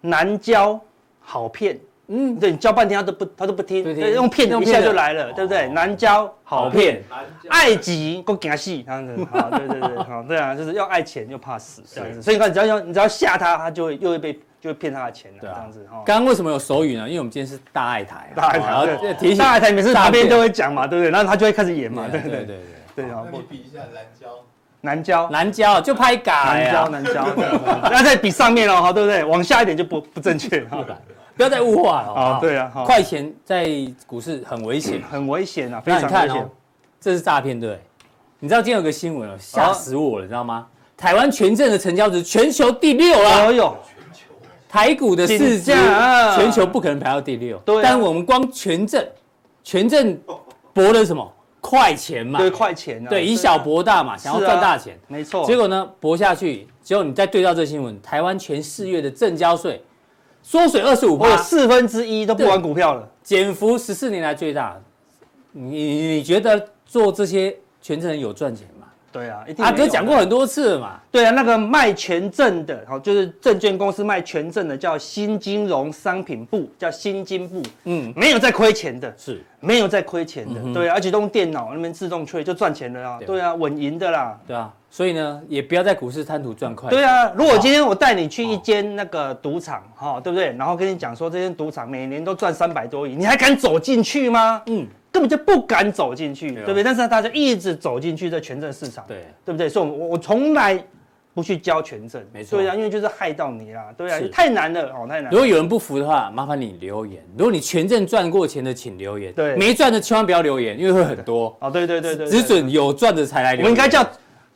F: 难教好骗。嗯，对你教半天他都不他都不听，
B: 不听
F: 对，用骗的
B: 用
F: 一
B: 骗的哦
F: 下就来了，对不对？难教好骗，
E: 南
B: 啊
E: 疆
F: 爱急够惊死，这 样子，好，对对对，好，对啊，就是要爱钱又怕死这样子，所以你看，只要要你只要吓他，他就会又会被就会骗他的钱了，
B: 对
F: 这
B: 啊
F: 样子哈。
B: 刚刚为什么有手语呢？因为我们今天是大爱台啊，
F: 大爱台
B: 然后
F: 对
B: 提醒
F: 大爱台每次
B: 大
F: 旁边
B: 便
F: 都会讲嘛，对不对？然后他就会开始演嘛，
B: 对哦
F: 对
B: 对
F: 不
B: 对
F: 对？
B: 对，
F: 对啊
E: 那，
F: 不
E: 你比一下蓝胶，
F: 难教，
B: 南郊就拍嘎
F: 难教，
B: 哎呀，
F: 难 教，那再比上面了哈，对不对？往下一点就不不正确哈，
B: 不要再物化了好不好。
F: 啊，对啊，哈，
B: 快钱在股市很危险，
F: 很危险啊，非
B: 那你
F: 常
B: 看
F: 危
B: 哦
F: 险，，
B: 这是诈骗对不对？你知道今天有个新闻哦，吓死我了，你知道吗？台湾权证的成交值全球第六啊，
F: 哎呦，
B: 台股的市值
F: 竞价啊
B: 全球不可能排到第六，
F: 对啊
B: 但我们光权证，权证博了什么快钱嘛，
F: 对，快钱啊，
B: 对，以小博大嘛，想要
F: 是啊
B: 赚大钱。
F: 没错，
B: 结果呢，博下去，结果你再对照这新闻，台湾全四月的正交税缩水二十五
F: 我有
B: %，
F: 四分之一都不玩股票了，
B: 减幅十四年来最大。你你你觉得做这些权证人有赚钱吗？
F: 对啊，一定
B: 阿
F: 没
B: 哥
F: 有
B: 讲
F: 的
B: 过很多次了嘛，
F: 对啊，那个卖权证的，好，就是证券公司卖权证的，叫新金融商品部，叫新金部，
B: 嗯，
F: 没有在亏钱的，
B: 是
F: 没有在亏钱的，对啊，而且都用电脑那边自动确就赚钱了啊，
B: 对
F: 对啊，稳赢的啦，
B: 对啊，所以呢，也不要在股市贪图赚快。
F: 对啊，如果今天我带你去一间那个赌场，哈、对不对？然后跟你讲说这间赌场每年都赚三百多亿，你还敢走进去吗？
B: 嗯
F: 嗯，根本就不敢走进去，
B: 对啊
F: 对不对？但是大家一直走进去这权证市场，
B: 对
F: 对不对？所以我，我我从来不去交权证，
B: 没错
F: 对啊，因为就是害到你啦，对啊
B: 是，
F: 太难了，哦，太 难
B: 如
F: 了。
B: 果有人不服的话，麻烦你留言。如果你权证赚过钱的，请留言；
F: 对
B: 没赚的千万不要留言，因为会很多。
F: 哦，对对对对，对
B: 只准有赚的才来留
F: 我
B: 言。
F: 们应该叫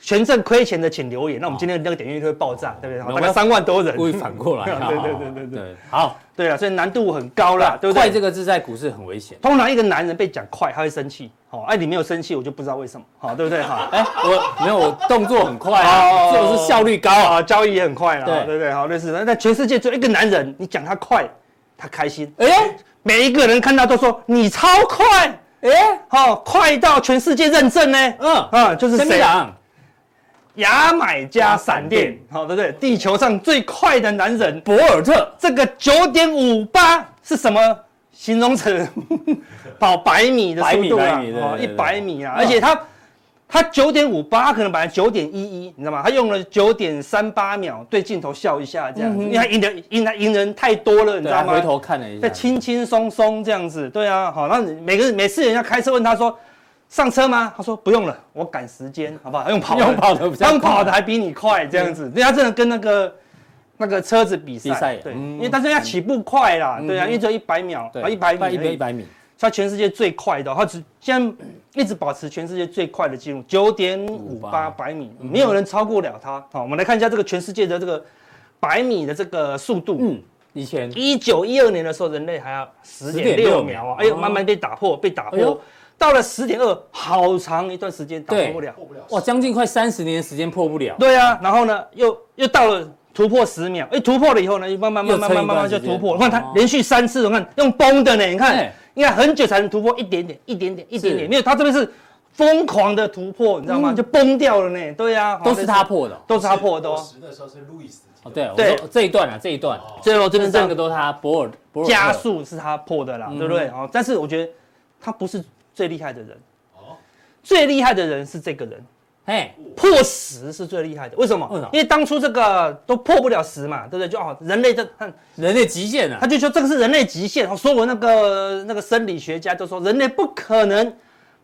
F: 全正亏钱的请留言，那我们今天那个点阅率就会爆
B: 哦
F: 炸，对不对？好大概三万多人。
B: 故意反过来，
F: 对对对对对
B: 对，好，
F: 对啊，所以难度很高啦，对不
B: 快
F: 对？
B: 这个字在股市很危险。
F: 通常一个男人被讲快，他会生气。好、哎，你没有生气，我就不知道为什么，好、对不对？哈、
B: 哎，我没有，我动作很快
F: 哦
B: 啊，就是效率高啊。
F: 啊，交易也很快啦，
B: 对
F: 对不对？好，类似的。那全世界只有一个男人，你讲他快，他开心，
B: 哎
F: 每一个人看到都说你超快，
B: 哎，
F: 好、快到全世界认证呢。
B: 嗯
F: 啊，就是
B: 真
F: 谁？
B: 长，
F: 牙买加闪电，
B: 啊
F: 好、对不对？地球上最快的男人，
B: 博尔特
F: 这个九点五八是什么形容词？ 跑百米的速度
B: 百
F: 啊
B: 米百米对，对
F: 一
B: 对
F: 百米啊！而且他他九点五八，可能本来九点一一，你知道吗？他用了九点三八秒对镜头笑一下，这样子，因为他赢的赢他赢人太多了，你
B: 嗯
F: 知
B: 对，
F: 道
B: 他
F: 吗？
B: 回头看了一
F: 再
B: 下，
F: 轻轻松松这样子，对啊，好，那你每个人每次人家开车问他说上车吗？他说不用了，我赶 时间，好不好？用跑的
B: 用跑的比较
F: 用跑的
B: 快嗯
F: 还比你快，这样子，人家真的跟那个那个车子比赛，
B: 比赛
F: 对，
B: 嗯
F: 因为但是人家起步快啦，对啊，因为只有一百秒，啊，一百米而已，
B: 一百一百米，
F: 他全世界最快的，他只现在一直保持全世界最快的记录，九点五八百米，
B: 嗯
F: 没有人超过了他。好，我们来看一下这个全世界的这个百米的这个速度。
B: 嗯，以前
F: 一九一二年的时候，人类还要十点
B: 10.6
F: 六秒
B: 秒
F: 啊，哎呦，
B: 哦
F: 慢慢被打破，被打
B: 哎呦
F: 破，到了十点二，好长一段时间打破不了。
B: 哇，将近快三十年的时间破不了，
F: 对啊，然后呢，又又到了突破十秒，哎，突破了以后呢，又慢慢慢
B: 又
F: 慢
B: 撑一
F: 慢慢慢慢
B: 段
F: 就
B: 时间
F: 突破。你看它
B: 哦
F: 连续三次，我看用崩的呢，你看
B: 对，
F: 应该很久才能突破一点点、一点点、一点
B: 是嗯
F: 点，没有，它这边是疯狂的突破，你知道吗？就崩掉了呢。对啊，
B: 都是他，破的哦。
F: 都是他破的
E: 当
F: 哦。
E: 时的时候是路易斯，
B: 哦对，我
F: 对哦
B: 说这一段啊，这一段，
F: 最后这边这
B: 三
F: 样
B: 个都他博尔博尔特
F: 加速是他破的啦，对不对？哦，但是我觉得他不是最厉害的人，最厉害的人是这个人。
B: 嘿，
F: 破十是最厉害的，为什么？
B: 为什么
F: 因为当初这个都破不了十嘛，对不对？就哦，人类这看
B: 人类极限啊
F: 他，就说这个是人类极限，所有那个那个生理学家就说人类不可能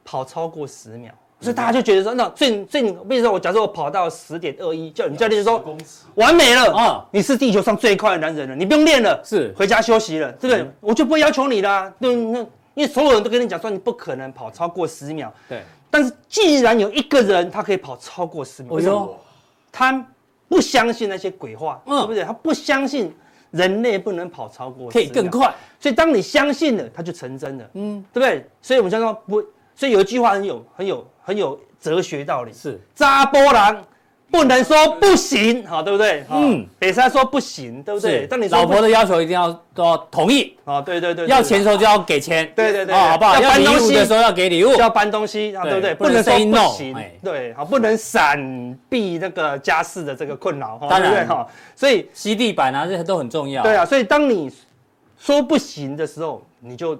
F: 跑超过十秒，所以大家就觉得说，那最最，比如说我假设我跑到十点二一，叫你教练就说
E: 公尺，
F: 完美了
B: 啊
F: 啊，你是地球上最快的男人了，你不用练了，
B: 是
F: 回家休息了，对不对？我就不会要求你啦，对，那因为所有人都跟你讲说你不可能跑超过十秒，
B: 对，
F: 但是既然有一个人他可以跑超过十秒，
B: 我
F: 为什么？
B: 说
F: 他不相信那些鬼话，
B: 嗯
F: 对不对？他不相信人类不能跑超过，啊
B: 可以更。快，
F: 所以当你相信了，它就成真了，嗯，对不对？所以我们叫做不，所以有一句话很有很有很有哲学道理，
B: 是
F: 扎波郎不能说不行，好，对不对？
B: 嗯
F: 嗯，北山说不行，对不对？
B: 是
F: 当你，说
B: 老
F: 不
B: 婆的要求一定要都要同意，
F: 啊，对对对，对
B: 要钱的时候就要给钱，
F: 对对对对
B: 哦好不好？
F: 要
B: 要
F: 搬
B: 礼
F: 东
B: 物
F: 西
B: 的时候要给礼物，
F: 要搬东西，啊，
B: 哦对
F: 对不
B: 不
F: 对？
B: 能
F: 不能说
B: say no，
F: 不行
B: 哎，
F: 对，好，不能闪避那个家事的这个困扰，哈
B: 当
F: 对不对？
B: 然
F: 哈，所以
B: 吸地板啊，这些都很重要。
F: 对，啊，所以当你说不行的时候，你就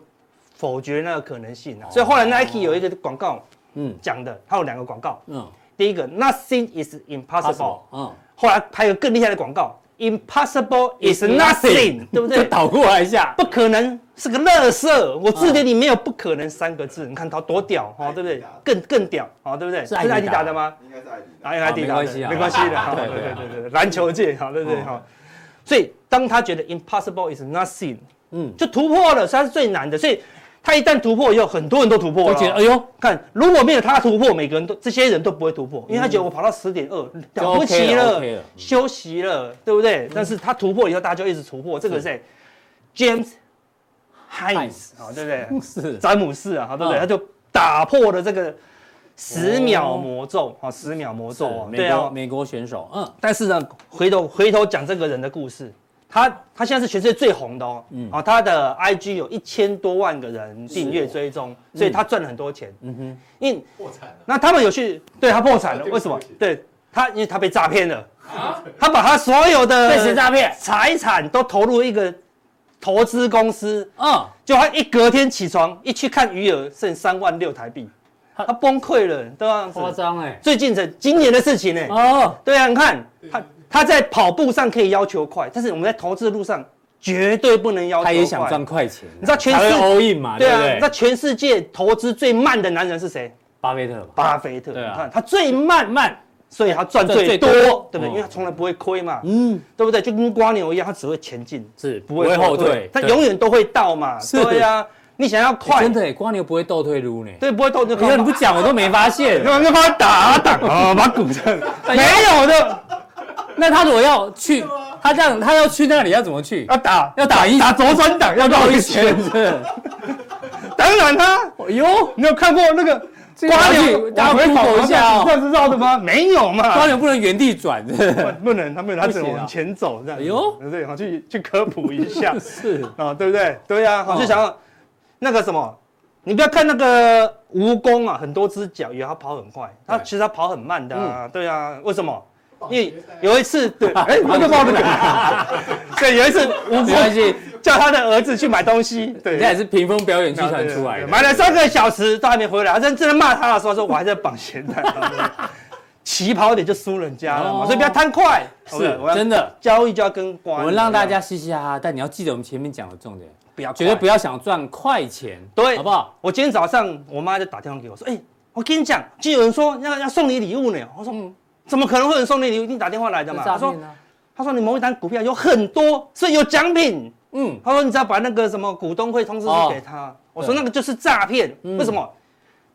F: 否决那个可能性啊。
B: 哦
F: 所以后来 Nike 有一个广告，
B: 嗯
F: 嗯，讲的，它有两个广告，
B: 嗯
F: 第一个 Nothing is impossible，
B: ，possible，嗯，
F: 后来拍个更厉害的广告，Impossible is nothing，对不
B: 就
F: 对？
B: 倒过来一下，
F: 不可能是个乐色，我字典里没有不可能三个字，你看它多屌哦，对不对？更更屌哦，对不对？
B: 哎是
F: 是
B: 艾迪达
F: 艾迪达的吗？
E: 应该是艾迪达。
F: 啊，应该
B: 没
F: 地
B: 关
F: 打
B: 系啊
F: 的，没关系的，好
B: 对
F: 对
B: 对
F: 对
B: 对
F: 对对，篮球界，好对对
B: 哦
F: 对好。所以当他觉得 impossible is nothing，
B: 嗯
F: 嗯，就突破了，所以他是最难的。所以他一旦突破以后，很多人都突破
B: 我
F: 了。
B: 觉得哎呦，
F: 看，如果没有他突破，每个人都这些人都不会突破，因为他觉得我跑到十点二，了不
B: 嗯 OK
F: 起
B: 了
F: 了
B: ，OK 了，嗯
F: 休息了，对不对？但是他突破以后，大家就一直突破。这个是谁？James Hines，好对不 对？
B: 是
F: 詹姆斯啊，好对不对？
B: 嗯
F: 他就打破了这个十秒魔咒啊，十秒魔咒啊，
B: 哦美
F: 对
B: 国
F: 啊。
B: 美国选手，嗯，
F: 但是呢，回头回头讲这个人的故事，他他现在是全世界最红的哦，
B: 嗯
F: 啊，他的 IG 有一千多万个人订阅追踪，
B: 嗯
F: 所以他赚了很多钱。嗯哼，因为
E: 破产了，
F: 那他们有去啊对他破产了，为什么
E: 对不起？
F: 对啊他，因为他被诈骗了，他把他所有的
B: 被谁诈骗？
F: 财产都投入一个投资公司，
B: 嗯，
F: 就他一隔天起床一去看余额剩三万六台币，
B: 他
F: 他崩溃了，对吧？
B: 夸张哎，
F: 最近这今年的事情呢、
B: 哦，
F: 对啊，你看他他在跑步上可以要求快，但是我们在投资的路上绝对不能要求
B: 他
F: 快。
B: 也想赚，快钱，啊
F: 你知道全
B: 才会
F: 世
B: all in 嘛，
F: 对
B: 对
F: 啊，
B: 不
F: 你知道
B: 对？
F: 全世界投资最慢的男人是谁？
B: 巴菲特吧，
F: 巴菲特。
B: 对啊
F: 你看他最慢慢，所以他赚
B: 赚最
F: 最多，
B: 多
F: 对不
B: 嗯
F: 对？因为他从来不会亏嘛，嗯，对不对？就跟瓜牛一样，他只会前进，
B: 是不
F: 不
B: 会
F: 会
B: 后
F: 后
B: 退
F: 退，，他
B: 对
F: 永远都会到嘛。
B: 是哎
F: 对呀、你想要快，
B: 真的耶，光牛不会倒退路呢。
F: 对，不会动就
B: 你看你不讲我都没发 现。
F: 那那帮他打打 啊，把股这样没有 的，
B: 那他如果要去，他这样他要去那里要怎么去？
F: 要打
B: 要打一
F: 打左转挡要绕一圈，
B: 是。
F: 当然他，
B: 哟，
F: 你有看过那个瓜牛
B: 大家
F: 往回跑
B: Google 一下
F: 这
B: 哦，
F: 样子绕的吗？没有
B: 光
F: 嘛，
B: 牛不能原地转， 是不是
F: 不能，他没有，他只能
B: 不行啊
F: 往前走这样。
B: 哎呦
F: 对，好去去科普 一下
B: 是
F: 啊，对不对？对呀，我
B: 哦
F: 就想要那个什么，你不要看那个蜈蚣啊，很多只脚，以为它跑很快，它
B: 对嗯
F: 其实它跑很慢的啊。对啊，为什么？因为有一次， 对，哎，那个
B: 放
F: 报的梗， 对，有一次蜈
B: 没关
F: 蚣
B: 系，
F: 叫他的儿子去买东西，对
B: 人家，也是屏风表演剧
F: 对
B: 团出来
F: 对
B: 的。
F: 买了三个小时都还没回来，他真正骂他的时候说我还在绑 鞋带，起跑点就输人家了嘛，
B: 哦
F: 所以不要贪快，
B: 是真
F: 的
B: 的，
F: 交易就要跟瓜，
B: 我们让大家嘻嘻哈哈，但你要记得我们前面讲的重点，
F: 不要
B: 绝对不
F: 要。
B: 要想赚快钱，
F: 对
B: 好不好？
F: 我今天早上我妈就打电话给我说，哎，我跟你讲，就有人说要要送你礼物呢，我说
B: 嗯
F: 怎么可能会有人送你礼物？一定打电话来的嘛。
B: 诈
F: 她说
B: 骗啊，
F: 她说你某一单股票有很多，所以有奖品。
B: 嗯，
F: 他说你只要把那个什么股东会通知书给他，我说
B: 对
F: 那个就是诈骗，为什么？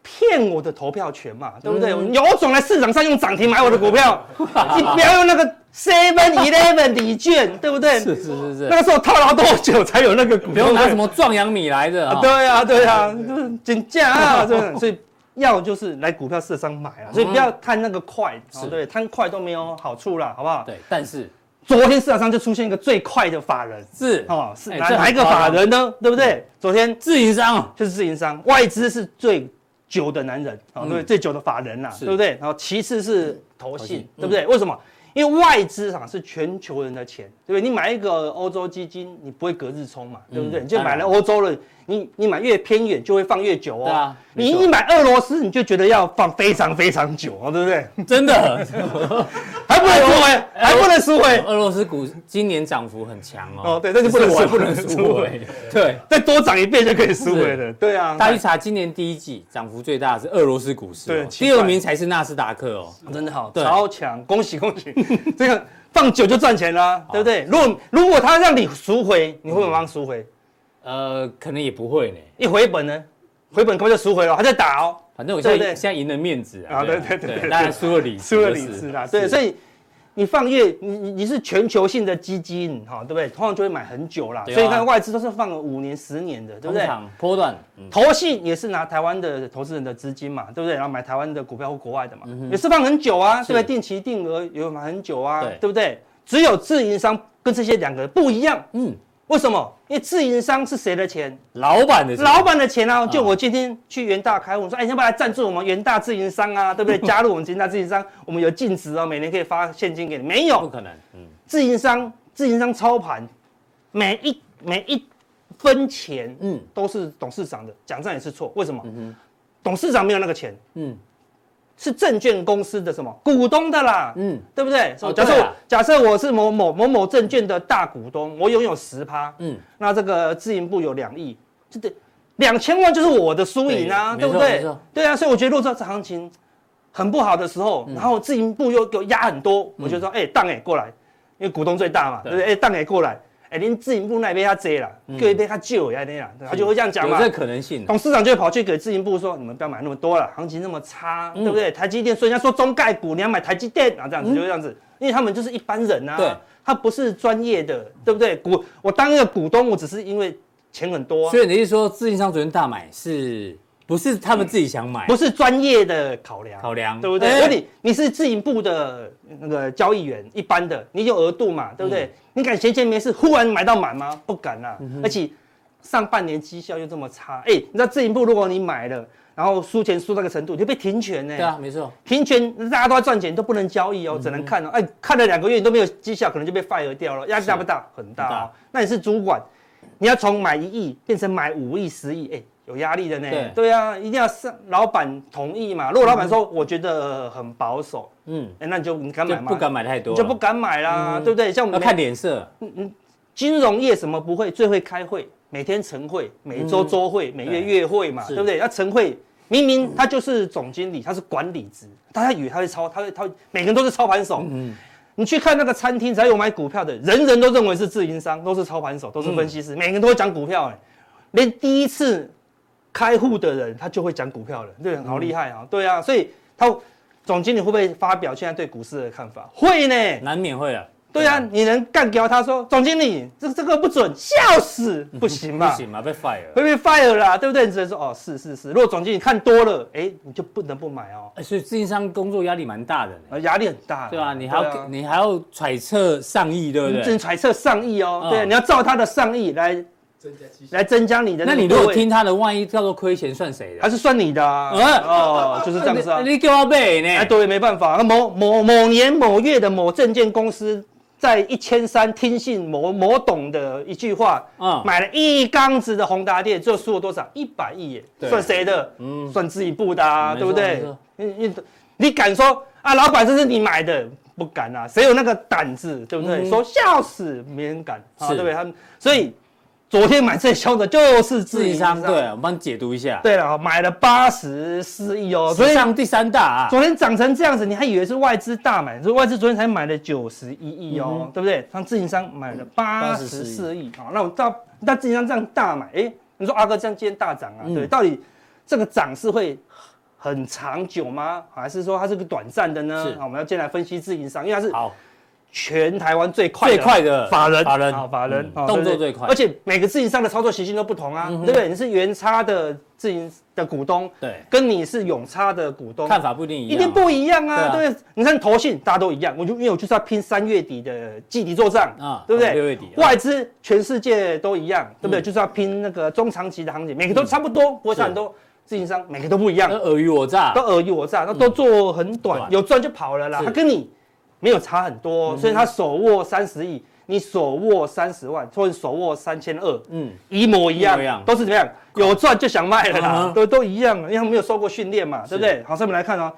F: 骗我的投票权嘛，对不对？
B: 嗯
F: 有种来市场上用涨停买我的股票， 你不要用那个 Seven Eleven 礼券，对不对？
B: 是是是
F: 那
B: 是，
F: 个时候套牢多久才有那个股
B: 不用
F: 票
B: 拿什么壮阳米来的
F: 啊
B: 啊。
F: 对啊，对啊，就是减价啊，真的。所以要就是来股票市场买啊，所以不要贪那个快，
B: 嗯是
F: 哦对，贪快都没有好处啦，好不好？
B: 对，但是
F: 昨天市场上就出现一个最快的法人，
B: 是
F: 哦，是
B: 哎
F: 哪
B: 这很
F: 哪一个
B: 夸张嗯
F: 法人呢？对不对？昨天
B: 自营商哦，
F: 就是自营商，外资是最久的男人，
B: 嗯
F: 啊，对不对，最久的法人啦，
B: 是
F: 对不对？然后其次是投信
B: 信，嗯
F: 对不对？为什么？因为外资啊是全球人的钱，对不对？你买一个欧洲基金，你不会隔日冲嘛，对不对？
B: 嗯
F: 你就买
B: 当
F: 了
B: 然
F: 欧洲了，你你买越偏远就会放越久哦。
B: 对啊
F: 你
B: 没错
F: 一买俄罗斯，你就觉得要放非常非常久哦，对不 对？
B: 真的，
F: 还不
B: 哎
F: 能赎回，还不能赎回，
B: 俄罗斯股今年涨幅很强哦。
F: 哦对但是不能
B: 只我
F: 赎
B: 不能赎回。对，
F: 再多涨一倍就可以赎回了。对啊，
B: 大家去查今年第一季涨幅最大的是俄罗斯股市哦，
F: 对奇
B: 第
F: 怪
B: 二名才是纳斯达克哦。
F: 真的好，
B: 对
F: 超强，恭喜恭喜！ 这个放久就赚钱啦、对不对？如果如果他让你赎回，你会不会帮他赎回？
B: 呃，可能也不会呢，
F: 一回本呢，回本根本就赎回了，还在打哦，
B: 反正我现在
F: 对对
B: 现在赢了面子啊。
F: 啊
B: 啊
F: 对对对对
B: 当然输了理，
F: 输了理智啦。对，所
B: 以
F: 以你放越你你你是全球性的基金哈、对不对？通常就会买很久啦，
B: 对啊
F: 所以看外资都是放了五年、十年的，对
B: 通
F: 不对？
B: 常波段，嗯
F: 投信也是拿台湾的投资人的资金嘛，对不对？然后买台湾的股票或国外的嘛，
B: 嗯
F: 也是放很久啊，对不对？定期定额也有买很久啊，
B: 对
F: 对不对？只有自营商跟这些两个不一样，
B: 嗯，
F: 为什么？因为自营商是谁的钱？
B: 老板的钱
F: 老板的钱啊！就我今天去元大开户，我说，哎，你要不要来赞助我们元大自营商啊？对 不对？加入我们元大自营商，我们有净值哦，每年可以发现金给你。没
B: 不
F: 有
B: 可能，嗯，
F: 自营商，自营商操盘，每一每一分钱，
B: 嗯
F: 嗯，都是董事长的。讲这样也是错，为什么？董事长没有那个钱，
B: 嗯
F: 嗯，是证券公司的什么股东的啦，
B: 嗯
F: 嗯，对不对？
B: 哦
F: 假设
B: 对
F: 我、
B: 啊
F: 假设我是某某某某证券的大股东，我拥有十趴，
B: 嗯
F: 嗯，那这个自营部有两亿，这得两千万就是我的输赢啊，
B: 对
F: 对
B: 没错
F: 不
B: 没
F: 对
B: 错？
F: 对啊，所以我觉得若这次行情很不好的时
B: 嗯
F: 候，然后自营部又给我压很多，我就说，哎、当哎、过来，因为股东最大嘛，
B: 对嗯
F: 对不对？哎、当哎、过来，哎、您自营部那边他贼啦，各一边他救呀那样，他就会这样讲
B: 有
F: 嘛
B: 这。个可能性啊，
F: 董事长就会跑去给自营部说：“你们不要买那么多了，行情那么差，
B: 嗯
F: 对不对？台积电，所以人家说中概股，你要买台积电啊，这样子、就这样子，因为他们就是一般人
B: 对
F: 啊，他不是专业的，对不对？股我当一个股东，我只是因为钱很多啊、
B: 所以你的意思说，自营商昨天大买是不是他们自己想买？
F: 不是专业的考量，
B: 考量
F: 对不对？
B: 哎
F: 如果你你是自营部的那个交易员，一般的，你有额度嘛，对不
B: 嗯
F: 对？你敢闲钱没事忽然买到满吗？不敢啦、而且上半年绩效又这么差，哎、你知道自营部如果你买了，然后输钱输到个程度，你就被停权欸呢、
B: 对啊，没错，
F: 停权，大家都在赚钱，都不能交
B: 嗯
F: 易哦，只能看哦。哎，看了两个月你都没有绩效，可能就被 fire 掉了，压力大不大？很大
B: 很
F: 哦
B: 大。
F: 那你是主管，你要从买一亿变成买五亿、十亿，哎，有压力的呢
B: 对。
F: 对啊，一定要上老板同意嘛。如果老板说我觉得很保守，
B: 嗯，
F: 哎，那你就你敢
B: 就
F: 买吗？
B: 不敢，买太多
F: 你
B: 了，嗯
F: 就不敢买啦，对不对？像我
B: 要
F: 们
B: 看脸色，
F: 金融业什么不会，最会开会，每天晨会，每周周会，每月月会嘛，
B: 是
F: 对不对？那晨会明明他就是总经理，他是管理职，大家以为他会操，他会他会每个人都是操盘手。你去看那个餐厅，只要有买股票的，人人都认为是自营商，都是操盘手，都是分析师，每个人都会讲股票、哎，连第一次开户的人他就会讲股票了，这个好厉害啊、对啊，所以他总经理会不会发表现在对股市的看法？会呢。
B: 难免会了，
F: 对啊，你能干掉他说总经理这这个不准，笑死，不
B: 嗯
F: 行
B: 不
F: 嘛，
B: 行嘛，被 fire 了。
F: 会被 fire 啦，对不对？你只能说哦，是是是。如果总经理看多了，哎，你就不能不买哦，
B: 哎所以自营商工作压力蛮大的呢，
F: 呃压力很大啦。
B: 对吧？你还要
F: 啊嗯
B: 你还要揣测上亿，对不
F: 你只
B: 对？
F: 能揣测上亿哦
B: 嗯，
F: 对啊，你要照他的上亿来
E: 增加绩效。
F: 来增加你的
B: 那
F: 个
B: 你如果
F: 部位
B: 听他的，万一叫做亏钱算谁
F: 还
B: 的？
F: 是算你的 啊，
B: 嗯
F: 哦，就是这样 子啊。
B: 你你给我背呢？
F: 哎，对，没办法，那某某某年某月的某证券公司在一千三听信某某董的一句话，
B: 嗯
F: 买了一缸子的宏达电，最后输了多少？一百亿耶，
B: 对嗯
F: 算谁的？算自己部的啊，
B: 没
F: 对
B: 错没
F: 不对
B: 错？
F: 你你你敢说啊，老板这是你买的？不敢啊，谁有那个胆子，对不对？
B: 嗯
F: 说笑死，没人敢啊，
B: 是
F: 对不对？他们所以昨天买最凶的就是
B: 自
F: 自
B: 营
F: 营
B: 商，
F: 商，
B: 对，我们帮你解读一下。
F: 对了，买了八十四亿哦，所
B: 史
F: 以
B: 上第三大啊，
F: 昨天涨成这样子，你还以为是外资大买？是外资昨天才买了九十一亿
B: 嗯
F: 哦，对不对？像自营商买了八十四亿啊，那我到那自营商这样大买，哎、你说阿哥这样今天大涨啊，
B: 嗯
F: 对，到底这个涨是会很长久吗？还是说它是个短暂的呢
B: 是？
F: 好，我们要先来分析自营商，因为它是
B: 好，
F: 全台湾最快
B: 最快的
F: 法人，
B: 法人
F: 啊，法人
B: 嗯
F: 哦
B: 动作
F: 对不对
B: 最快
F: 而且每个自营商的操作习性都不同啊，
B: 嗯哼嗯
F: 对不对？你是原差的自营的股东，
B: 对，
F: 跟你是永差的股东，
B: 看法不一定一样，
F: 一定不一样啊，
B: 对
F: 对你看投信大家都一样，我就因为我就是要拼三月底的季底做账
B: 啊
F: 啊，对不对？
B: 六月底啊
F: 外资全世界都一样，对不对？
B: 嗯
F: 就是要拼那个中长期的行情，每个都差不多，不会差很多。自营商每个都不一样
B: 那，尔虞我诈
F: 都，尔虞我诈，那都做很短
B: 呃嗯短，
F: 有赚就跑了啦
B: 是。嗯
F: 他跟你没有差很多，所以他手握三十亿，你手握三十万，或者手握三千二，
B: 嗯，
F: 一模一样
B: 一模一样，
F: 都是怎么样？有赚就想卖了
B: 嗯
F: 啦
B: 哼，
F: 都都一样，因为他们没有受过训练嘛，对不对？好，下面来看哦，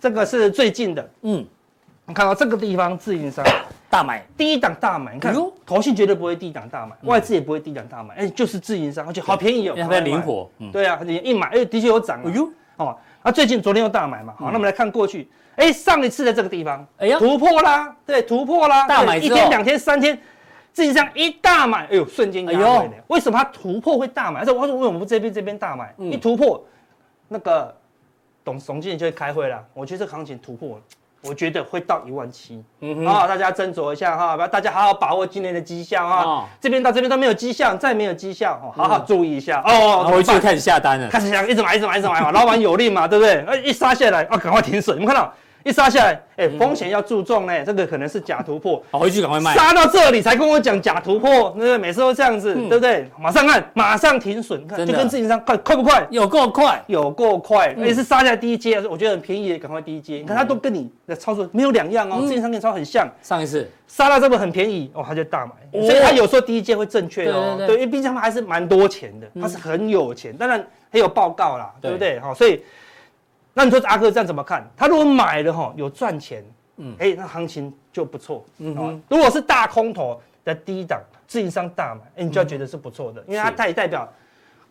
F: 这个是最近的，
B: 嗯，
F: 你看到哦这个地方自营商
B: 大买，
F: 第一档大买，你看
B: 哎呦嗯
F: 投信绝对不会第一档大买，外资也不会第一档大买，哎，就是自营商，而且好便宜哦
B: 因为，它
F: 好
B: 比较
F: 来买
B: 灵。活，嗯，
F: 对啊，你一买，哎，的确有涨啊。
B: 哎呦，嗯
F: 哦，那、最近昨天又大买嘛，好，那我们来看过去，哎、上一次的这个地方，
B: 哎
F: 哎
B: 呀
F: 呀，突破啦，对，突破啦，
B: 大买
F: 对
B: 之
F: 一
B: 后
F: 天、两天、三天，自己这样一大买，哎呦，瞬间压回
B: 哎
F: 了、
B: 呦
F: 为什么它突破会大买？而且为什么我们这边这边大买、
B: 嗯
F: 一突破，那个董总经理就会开会啦。我觉得这个行情突破了，我觉得会到一万七。
B: 嗯
F: 啊、
B: 哼，
F: 大家斟酌一下哈，把大家好好把握今年的绩效哈、
B: 哦嗯
F: 这边到这边都没有绩效，再没有绩效，哦，好好注意一下、
B: 然
F: 哦。
B: 后
F: 怎么
B: 回去
F: 办
B: 就开始下单了，
F: 开始想一直买，一直买，一直买嘛， 老板有令嘛，对不对？哎，一杀下来啊，赶快停损。你们看到一杀下来，哎，风险要注重哎，这个可能是假 突破，
B: 好，回去赶嗯快卖，
F: 杀到这里才跟我讲假突破，对不对？每次都这样子，对不对？马上按，马上停损，你
B: 嗯
F: 看
B: 真的嗯
F: 就跟自己上快快不快？
B: 有够快，
F: 有够快，也是杀在第一阶，我觉得很便宜，赶快第一阶。你
B: 嗯
F: 看它都跟你的操作没有两样哦，自己上跟你操作很像，
B: 上一次
F: 杀到这么很便宜哦，他就大买，
B: 哦
F: 所以他有时候第一件会正确哦，
B: 对对对嗯
F: 因为毕竟他们还是蛮多钱的，他是很有钱，当然很有报告啦，
B: 对
F: 对不对？哈、所以那你说阿哥这样怎么看？他如果买了哈、有赚钱，嗯，哎、那行情就不错，嗯、哦、如果是大空头的低档，自营商大买，哎、你就要觉得是不错的，因为它
B: 嗯是
F: 它也代表。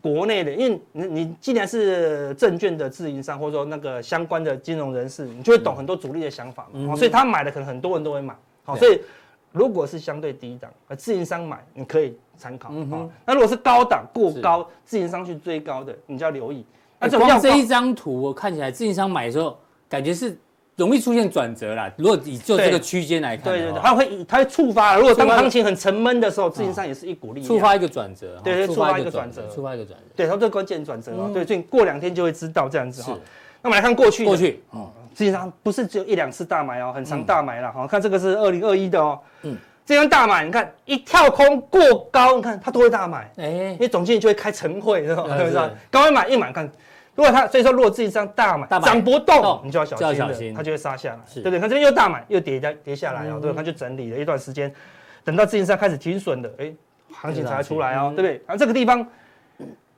F: 国内的，因为你你既然是证券的自营商，或者说那个相关的金融人士，你就会
B: 嗯
F: 懂很多主力的想法嘛，哦所以他买的可能很多人都会买，好，
B: 对
F: 所以如果是相对低档，呃，自营商买你可以参考，
B: 嗯
F: 哦那如果是高档过高，自营商去追高的，你就要留意。那这种要
B: 哎光这
F: 高
B: 一张图，我看起来自营商买的时候，感觉是容易出现转折啦。如果以就这个
F: 对
B: 区间来看
F: 对
B: 的
F: 对对，
B: 话，
F: 它会它会触发。如果当
B: 触发
F: 行情很沉闷的时候，自营商也是一股力量。
B: 触发一个转折，
F: 对
B: 哦
F: 对触发一个转折
B: 触发一个转折，
F: 对，它这个关键转折哦，对，所以过两天就会知道这样子
B: 嗯是
F: 哈。那我们来看过去的，
B: 过去，哦
F: 实际上不是只有一两次大买哦，很常大买
B: 嗯
F: 了。好、看这个是二零二一的哦，嗯，这张大买，你看一跳空过高，你看它都会大买，
B: 哎
F: 因，为总经理就会开晨会，知道吗？
B: 嗯
F: 对不对
B: 是？
F: 高位买一买看，如果它所以说如果自己这样大买
B: 大买
F: 涨不
B: 动
F: 动，你就要小
B: 就
F: 心
B: 要
F: 了
B: 小心
F: 它就会杀下来，
B: 是嗯
F: 对不对？看这边又大买又跌下跌下来哦，对不对，它就整理了一段时间，等到自营商开始停损了，哎，行情才会出来哦，对不对？然后这个地方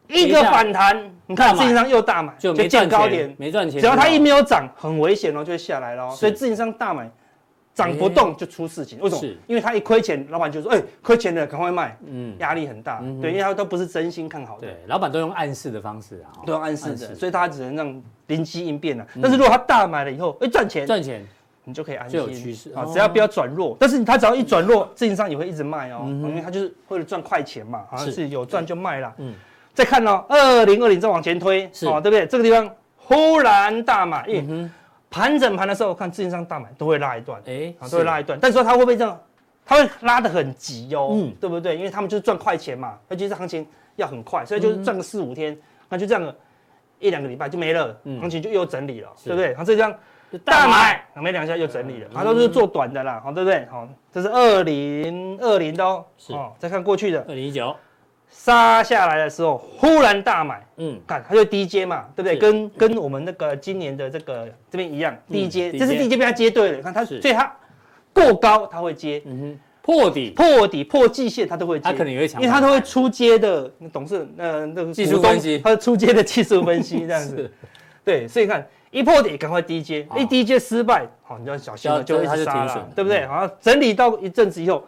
F: 一个
B: 跌下
F: 反弹，你
B: 大
F: 看
B: 买
F: 自营商又大买，
B: 就没赚
F: 见高点
B: 钱，，没赚钱，
F: 只要它一没有涨，很危险哦，就会下来喽。
B: 是
F: 所以自营商大买，涨不动就出事情。为什么
B: 是？
F: 因为它一亏钱，老板就说：“哎，亏钱了，赶快卖。”
B: 嗯
F: 嗯，压力很大。
B: 哼
F: 对，因为它都不是真心看好的，
B: 对，老板都用暗示的方式啊，哦
F: 都要暗示
B: 暗示嗯
F: 的，所以大家只能让灵机应变了。啊但是如果它大买了以后，哎，赚钱，
B: 赚钱，
F: 你就可以安
B: 就有
F: 心。
B: 趋势
F: 啊
B: 哦，嗯
F: 只要不要转弱，但是它只要一转弱，自营商也会一直卖哦，因为它就是为了赚快钱嘛，好像
B: 是
F: 是有赚就卖啦。
B: 嗯
F: 嗯，再看哦，二零二零再往前推，
B: 是嗯
F: 哦，对不对？这个地方忽然大买，因为盘整盘的时候，我看自营商大买都会拉一段，
B: 哎
F: 啊，都会拉一段，但是说它会不会这样？它会拉得很急哦，
B: 嗯
F: 对不对？因为他们就是赚快钱嘛，尤其是行情要很快，所以就是赚个四五天，那就这样了一两个礼拜就没了，行情就又整理了，对不对？然后这张嗯大买，嗯没两下又整理了，好，都是做短的啦，好，对不对？好，这是二零二零的哦，
B: 是
F: 哦，再看过去的
B: 二零一九，
F: 杀下来的时候，忽然大买，
B: 嗯，
F: 看它就低阶嘛，对不对？
B: 是嗯
F: 跟跟我们那个今年的这个这边一样，低阶，
B: 低
F: 这是
B: 阶
F: 低阶被它接对了，看它，
B: 是
F: 所以它过高它会接，
B: 嗯破底，
F: 破底破季线它都会接，
B: 它可能也会强
F: 因为它
B: 迫
F: 都会出街的董事，呃，那个
B: 技术
F: 股东
B: 分析
F: 它的出街的技术分析这样 子，对，所以你看一破底赶快低接，一低接失败，哦好，你就要小心了，
B: 啊就
F: 就
B: 要
F: 会一
B: 它
F: 直
B: 就
F: 杀
B: 停损嗯
F: 了，对不对？好像整理到一阵子以后，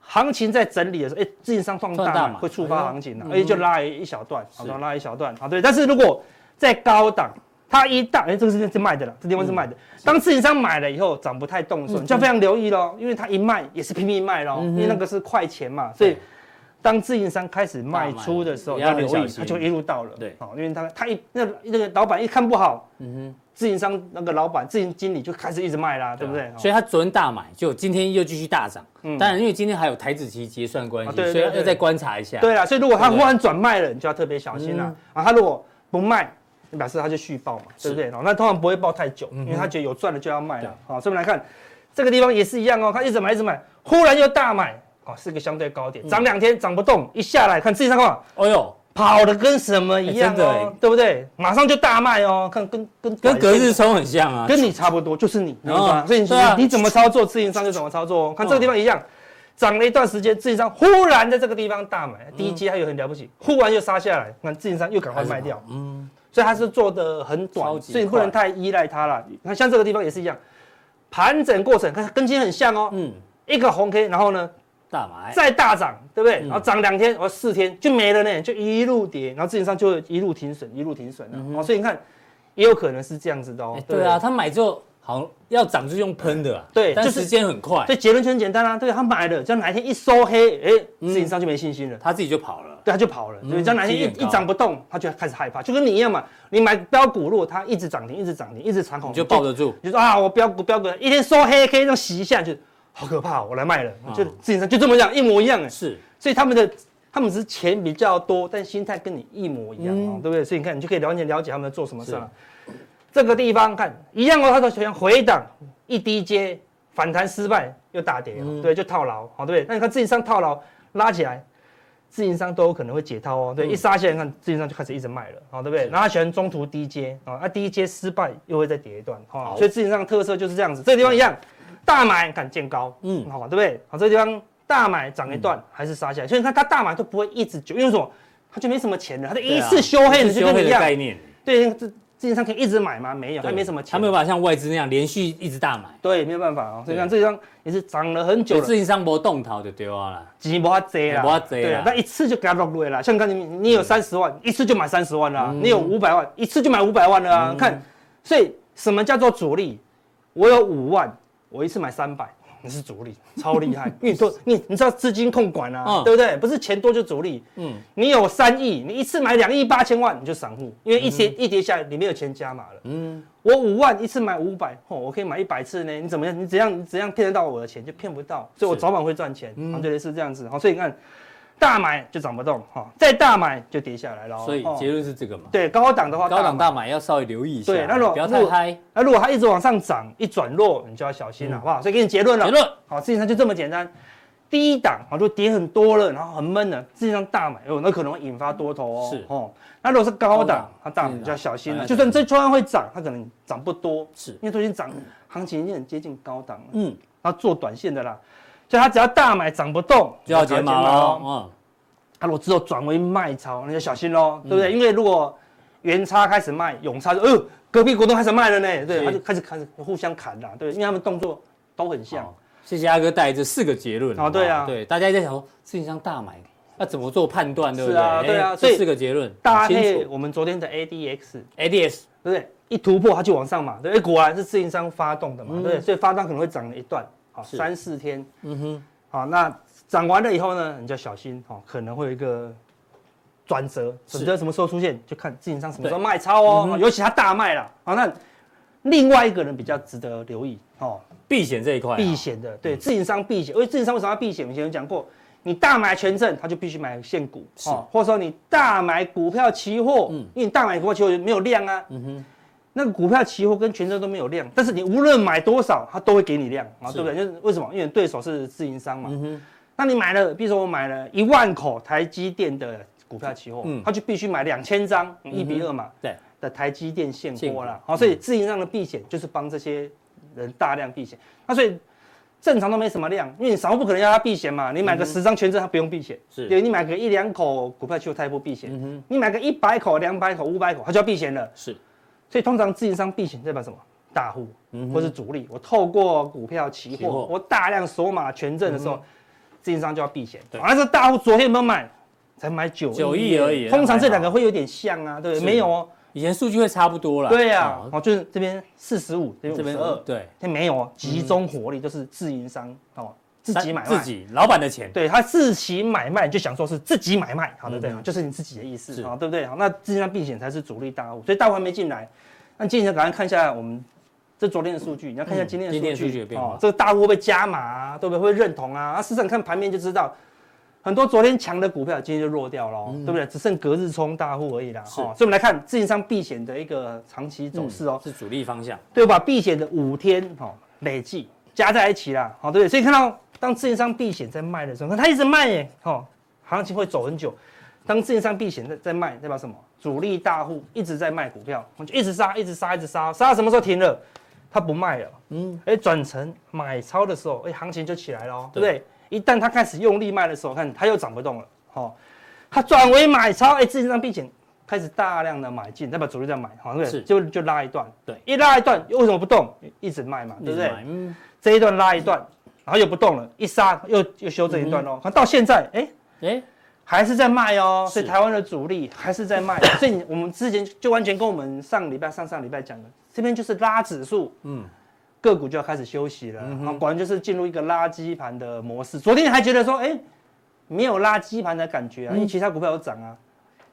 F: 行情在整理的时候，哎，自营商放
B: 放大
F: 大
B: 嘛
F: 嘛，会触
B: 哎
F: 发
B: 呦
F: 行情的，而且就拉一小段，好，然后拉一小段，好，哦对。但是如果在高档，它一档，哎，这个是是卖的了，这地方
B: 嗯
F: 是卖的。当自营商买了以后涨不太动的时候，你就要非常留意喽，因为它一卖也是拼命卖喽，因为那个是快钱嘛，所以
B: 嗯对。
F: 当自营商开始卖出的时候，
B: 也要
F: 你要
B: 很
F: 留
B: 小
F: 意，
B: 心
F: 它就一路到了。哦
B: 对
F: 好，因为他他一那那个老板一看不好，嗯哼，自营商那个老板、自营经理就开始一直卖啦，对哦不对？
B: 啊所以它昨天大买，就今天又继续大涨。当然，因为今天还有台子期结算关系
F: 啊，对对
B: 所以
F: 对
B: 要再观察一下。
F: 对啦，所以如果
B: 对
F: 他
B: 嗯
F: 忽
B: 不对
F: 然转卖了，你就要特别小心啦。啊，他如果不卖，那表示他就续报嘛，对不对？哦，那通常不会报太久，
B: 嗯
F: 因为他觉得有赚了就要卖了。好，所以我们来看这个地方也是一样哦，他一直买一直买，忽然又大买，哦，是个相对高
B: 嗯
F: 点，涨两天涨不动，一下来看自己上看
B: 哎呦，
F: 跑的跟什么一样
B: 哎真的哎
F: 哦，对不对？马上就大卖哦，看跟跟
B: 跟隔日冲很像啊。
F: 跟你差不多，就是你，你懂
B: 哦
F: 吗？所以你
B: 对啊
F: 你怎么操作，自营商就怎么操作哦。看这个地方一样，涨了一段时间，自营商忽然在这个地方大买，第一阶它有很了不起，忽然又杀下来，那自营商又赶快卖掉，嗯，所以它是做的很
B: 超
F: 短，
B: 级
F: 所以不能太依赖它了。你看像这个地方也是一样，盘整过程，看它跟今天很像哦，
B: 嗯，哎
F: 一个红 K，然后呢
B: 大买，
F: 再大涨，对
B: 嗯
F: 不对？然后涨两天，哦四天就没了呢，就一路跌，然后自营商就一路停损，一路停损了，哦，所以你看也有可能是这样子的哦
B: 嗯哎，
F: 不
B: 对啊，他买之后好像要涨就用喷的啊。
F: 对
B: 但
F: 就是
B: 时间很快
F: 所，以结论就很简单啦、啊对他买了，只要哪一天一收黑，哎、自营商就没信心了，
B: 他自己就跑了。
F: 对，他就跑
B: 嗯
F: 了。对，只要哪一天
B: 几率
F: 一
B: 很
F: 一
B: 高
F: 涨不动，他就开始害怕，就跟你一样嘛。你买标股，如果它一直涨停，一直涨停，一直长红，
B: 你就抱得住
F: 你就说啊，我标股标股一天收黑，可以这样洗一下，就好可怕哦、我来卖了，就自营商就这么样一模一样哎。
B: 是，
F: 所以他们的他们只是钱比较多，但心态跟你一模一样、哦，对不对？所以你看，你就可以了解了解他们在做什么事了。这个地方看一样哦，它的全回档一低接反弹失败又大跌、哦，对，就套牢，好、对不对？那你看自营商套牢拉起来，自营商都有可能会解套哦，对，一杀下来你看自营商就开始一直卖了，好、对不对？然后他喜欢中途低接啊，那、低接失败又会再跌一段，哈、所以自营商的特色就是这样子，这个地方一样。大买你看见高，
B: 嗯
F: 嗯，好、对不对？好，这个地方大买涨一段、还是杀下来，所以你看它大买都不会一直久，因为什么？它就没什么钱了，它就一次修黑，你
B: 是
F: 就
B: 啊修
F: 跟
B: 黑
F: 你一
B: 的
F: 样，
B: 概念，
F: 对，这自营商可以一直买吗？没有，它没什么钱，
B: 他没有办法像外资那样连续一直大买，
F: 对，没有办法哦。所以你看这张也是涨了很久
B: 就
F: 了，
B: 自营商不动逃就丢啊了。
F: 钱无法多
B: 没法
F: 啦，
B: 多啦
F: 对啊，那一次就给它落入啦。像刚才你你有三十万，一次就买三十万啦、你有五百万，一次就买五百万了啊。看，所以什么叫做主力？我有五万，我一次买三百，那是主力，超厉害。因为你说你你知道资金控管啊，
B: 嗯
F: 对不对？不是钱多就主力，嗯，你有三亿，你一次买两亿八千万，你就散户，因为一跌、
B: 嗯
F: 一跌下来，你没有钱加码了，嗯。我五万一次买五百，哦，我可以买一百次呢。你怎么样？你怎样？你怎样骗得到我的钱？就骗不到，所以我早晚会赚钱。嗯，对，是这样子。好，所以你看，大买就涨不动，哈、再大买就跌下来了哦。
B: 所以
F: 哦
B: 结论是这个嘛，
F: 对高档的话，
B: 高档
F: 买
B: 大买要稍微留意一下，
F: 对那如果
B: 不要太嗨。
F: 那如果它一直往上涨，一转弱，你就要小心
B: 嗯
F: 了，好不好？所以给你结论了。
B: 结论
F: 好，事情上就这么简单。第一档好，如果跌很多了，然后很闷了，事情上大买，哦，那可能会引发多头哦。
B: 是
F: 哦，那如果是高
B: 高档
F: 档，它大买
B: 嗯
F: 你就要小心
B: 哎
F: 了。就算这突然会涨，它可能涨不多，
B: 是
F: 因为都已经涨，行情已经很接近高档了。
B: 嗯，
F: 它做短线的啦，所以它只要大买涨不动，
B: 就要解码
F: 哦。
B: 喽。
F: 它如果之后转为卖超，那就小心喽，对不
B: 嗯
F: 对？因为如果原差开始卖，永差就，哎呦，隔壁股东开始卖了呢，对，他就开始开始互相砍啦，对，因为他们动作都很
B: 嗯，
F: 像
B: 好，，谢谢阿哥带来这四个结论。
F: 哦对啊
B: 对，大家在想哦说自营商大买要怎么做判断，对不
F: 是
B: 对？
F: 啊对啊
B: 哎
F: 所以
B: 这四个结论
F: 搭
B: 很
F: 配
B: 清楚。
F: 我们昨天的 ADX，
B: ADS
F: 对不对？一突破它就往上嘛，对，哎果然是自营商发动的嘛，对不对，所以发动可能会涨了一段，好，
B: 嗯是
F: 三四天，嗯哼，好，那涨完了以后呢，你就要小心，哦，可能会有一个转折，
B: 是嗯
F: 转折什么时候出现，就看自营商什么时候卖超哦，尤其它大卖了。好，那另外一个人比较值得留意哦，
B: 避险这一块啊，
F: 避险的，对，自营商避险，因为自营商为什么要避险？我以前有讲过，你大买权证，他就必须买现股，哦，或者说你大买股票期货，
B: 嗯
F: 因为你大买股票期货没有量啊，那个股票期货跟权证都没有量，但是你无论买多少，它都会给你量啊，对不对？就是为什么？因为对手是自营商嘛，
B: 嗯
F: 那你买了，比如说我买了一万口台积电的股票期货，
B: 嗯
F: 他就必须买两千张，一比二嘛，
B: 对，
F: 的台积电现
B: 现嗯
F: 货
B: 货
F: 啦，好，哦所以自营商的避险就是帮这些人大量避险。那所以正常都没什么量，因为你散户不可能要他避险嘛，你买个十张权证他不用避险，
B: 嗯是嗯
F: 对，你买个一两口股票期货他也不避险，你买个一百口、两百口、五百口他就要避险了。
B: 是
F: 所以通常自营商避险代表什么？大户或是主力，我透过股票期
B: 嗯期货嗯
F: 货，我大量锁码权证的时候，自营商就要避险。啊，那这大户昨天有没有买？才买九
B: 9亿而已
F: 通常这
B: 那还
F: 两
B: 好
F: 个会有点像啊，对不对？
B: 是
F: 没有哦。
B: 以前数据会差不多啦。
F: 对呀、
B: 哦
F: 哦，就是这边四十五，这
B: 这边
F: 边五十二，
B: 对，
F: 它没有哦集中火力，就是自营商哦，自己买卖，
B: 嗯自己老板的钱，
F: 对他自己买卖就想说是自己买卖，好对不对？就是你自己的意思
B: 嗯
F: 哦
B: 是，
F: 好对不对？好，那自营商避险才是主力大户，所以大户还没进来，那进来赶快看一下我们。这昨天的数据，你要看一下
B: 嗯
F: 今天
B: 今天
F: 的
B: 的
F: 数
B: 数据
F: 据哦
B: 的变化
F: 这个大户会不会加码啊？对不对？会不会认同啊？啊，市场看盘面就知道，很多昨天强的股票今天就弱掉了哦，对不对？只剩隔日冲大户而已啦。
B: 嗯是嗯
F: 哦，所以我们来看自营商避险的一个长期走势哦。
B: 是主力方向，
F: 对吧？避险的五天哦、累计加在一起啦，好、对不对？所以看到当自营商避险在卖的时候，它一直卖耶，哦，行情会走很久。当自营商避险在在卖，代表什么？主力大户一直在卖股票，就一直杀，一直杀，一直杀，杀到什么时候停了？他不卖了，嗯，哎，转成买超的时候，哎，行情就起来了、哦，对不对？一旦他开始用力卖的时候，看他又涨不动了，哦，他转为买超，哎，自营商避险开始大量的买进，代表主力在买，好，对不
B: 是
F: 对？就就拉一段，
B: 对
F: 一拉一段，为什么不动？一直卖嘛，对不对？
B: 嗯，
F: 这一段拉一段，然后又不动了，一杀又又修正一段
B: 嗯
F: 哦，到现在，哎，
B: 哎，
F: 还是在卖哦，所以
B: 是
F: 台湾的主力还是在卖，所以你我们之前就完全跟我们上礼拜、上上礼拜讲的，这边就是拉指数，嗯，个股就要开始休息
B: 嗯
F: 了，啊，果然就是进入一个垃圾盘的模式。昨天还觉得说，哎，没有垃圾盘的感觉
B: 嗯
F: 啊，因为其他股票有涨啊，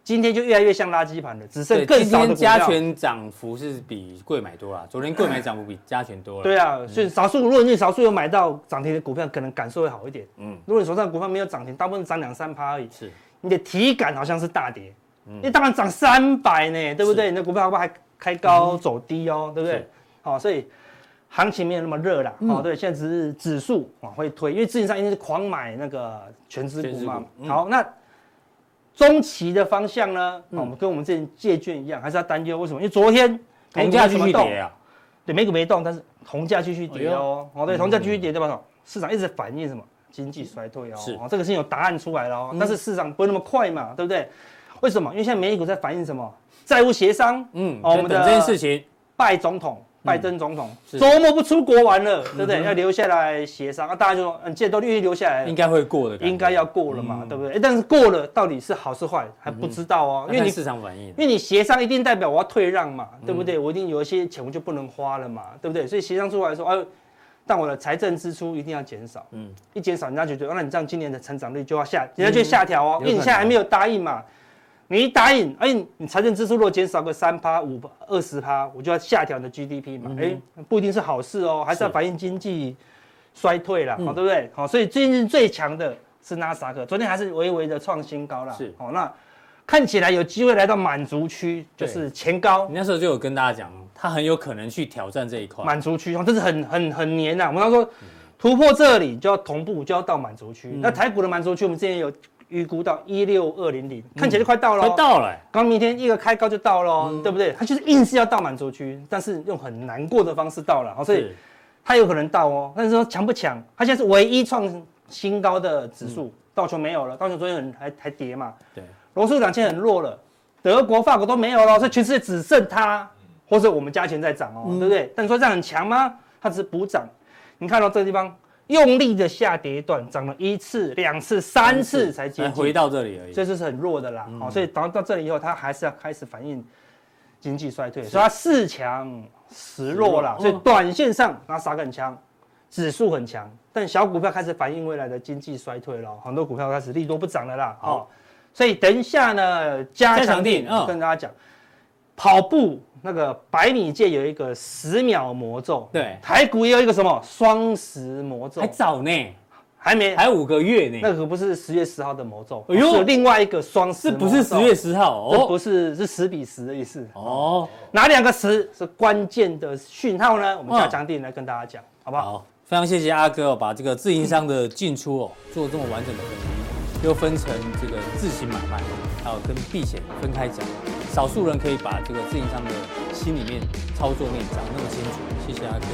F: 今天就越来越像垃圾盘了，只剩
B: 对，
F: 更
B: 今
F: 少的
B: 天
F: 股票
B: 加。权涨幅是比贵买多啦，啊昨天贵买涨幅比加权多了，
F: 对啊，所以少数如果你少数有买到涨停的股票，可能感受会好一点。嗯，如果你手上的股票没有涨停，大部分涨两三趴而已，
B: 是
F: 你的体感好像是大跌。
B: 嗯
F: 你当然涨三百呢，对不对？你的股票好不好还开高走低哦，对不对
B: 是？
F: 好、所以行情没有那么热啦。
B: 嗯
F: 哦，对，现在只是指数往会推，因为之前上一定是狂买那个全资股
B: 全资
F: 嘛
B: 股。嗯
F: 好，那中期的方向呢？
B: 嗯
F: 哦我们跟我们之前借券一样，还是要担忧。为什么？因为昨天
B: 铜
F: 股
B: 价
F: 没
B: 继
F: 怎么
B: 续
F: 动
B: 跌啊，
F: 对，美股没动，但是铜价继续
B: 哎
F: 跌哦。哦，对，铜价继续跌，对吧？市场一直反映什么经济衰退哦。
B: 嗯是嗯
F: 哦，这个是有答案出来了哦，但是市场不会那么快嘛，对不对？为什么？因为现在美股在反映什么？债务协商，
B: 嗯，
F: 哦
B: 我们等这件事情
F: 拜总统。拜登总统
B: 嗯是嗯
F: 周末不出国玩了，对不对？要留下来协商啊！大家就说，嗯，既然都愿意留下来了，
B: 应该嗯会过的感觉，
F: 应该要过了嘛，对不对？诶但是过了到底是好是坏还
B: 嗯
F: 不知道哦，
B: 那
F: 因为
B: 看
F: 你
B: 市场反应
F: 因为你协商一定代表我要退让嘛，对不对？我一定有一些钱我就不能花了嘛，对不对？所以协商出来说，哎、但我的财政支出一定要减少，嗯，一减少，人家就觉得，哦那你这样今年的成长率就要下，人家就下调哦，因为你现在还没有答应嘛。你一答应，哎、你财政支出如果减少个三趴、五二十趴，我就要下调你的 GDP 嘛，哎、不一定是好事哦，还是嗯要反映经济衰退啦，哦好、对不对？好、所以最近最强的是纳斯达克，昨天还是微微的创新高啦，
B: 是
F: 好、那看起来有机会来到满足区，就
B: 对
F: 是前高
B: 你那时候就有跟大家讲，他很有可能去挑战这一块，
F: 满足区，哦这是很很很黏呐、啊我们刚说突破这里就要同步就要到满
B: 嗯
F: 足区，那台股的满足区我们之前有预估到一六二零零，看起来就快到
B: 嗯
F: 了、
B: 快
F: 哦。
B: 到嗯了欸，
F: 刚明天一个开高就到了、哦，对不对？它就是硬是要到满足区，但是用很难过的方式到了，好，哦所以
B: 是
F: 它有可能到哦。但是说强不强？它现在是唯一创新高的指数，道琼没有了，道琼昨天很还还跌嘛，
B: 嗯对，
F: 罗素两千很弱了，德国、法国都没有了，所以全世界只剩它，
B: 嗯
F: 或者我们加权在涨哦，对不对？但你说这样很强吗？它只是补涨。你看到、哦这个地方用力的下跌一段，涨了一次、两次、三次才接
B: 才
F: 近，
B: 哎回到这里而已，
F: 这就是很弱的啦。
B: 嗯
F: 好、所以到到这里以后，它还是要开始反映经济衰退，所以它四强十弱啦。
B: 十弱嗯
F: 所以短线上纳斯达克很强，指数很强，但小股票开始反映未来的经济衰退了，很多股票开始利多不涨了啦。哦，所以等一下呢，
B: 加
F: 加强
B: 强
F: 定
B: 定嗯
F: 跟大家讲，跑步那个百米界有一个十秒魔咒，
B: 对
F: 台股也有一个什么双十魔咒
B: 还，早呢，
F: 还没，
B: 还有五个月呢，
F: 哎那个不是十月十号的魔咒，哦
B: 哎呦
F: 是另外一个双十
B: 是
F: 魔咒，
B: 不是十月十号？
F: 这不
B: 哦
F: 是是十比十的意思。
B: 哦，
F: 哪两个十是关键的讯号呢？我们
B: 嗯
F: 加强定来跟大家讲，好不好？
B: 好，非常谢谢阿哥哦，把这个自营商的进出哦做这么完整的分析，又分成这个自行买卖，还有跟避险分开讲，少数人可以把这个自营商的心里面操作面讲那么清楚，谢谢阿哥。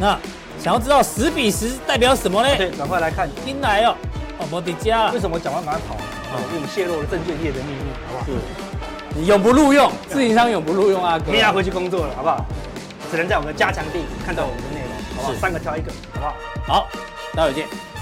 B: 那想要知道十比十代表什么呢？
F: 对，赶快来看，
B: 进来哦，哦，摩迪加
F: 为，什么讲完马上
B: 嗯
F: 跑？哦因为我们泄露了证券业的秘密，好不好？
B: 你 永不录用，自营商永不录用阿哥
F: 明。天要回去工作了，好不好？只能在我们的加强地看到我们的内容，好不好？
B: 是
F: 三个挑一个，好不好？
B: 好，待会见。
F: 拜拜。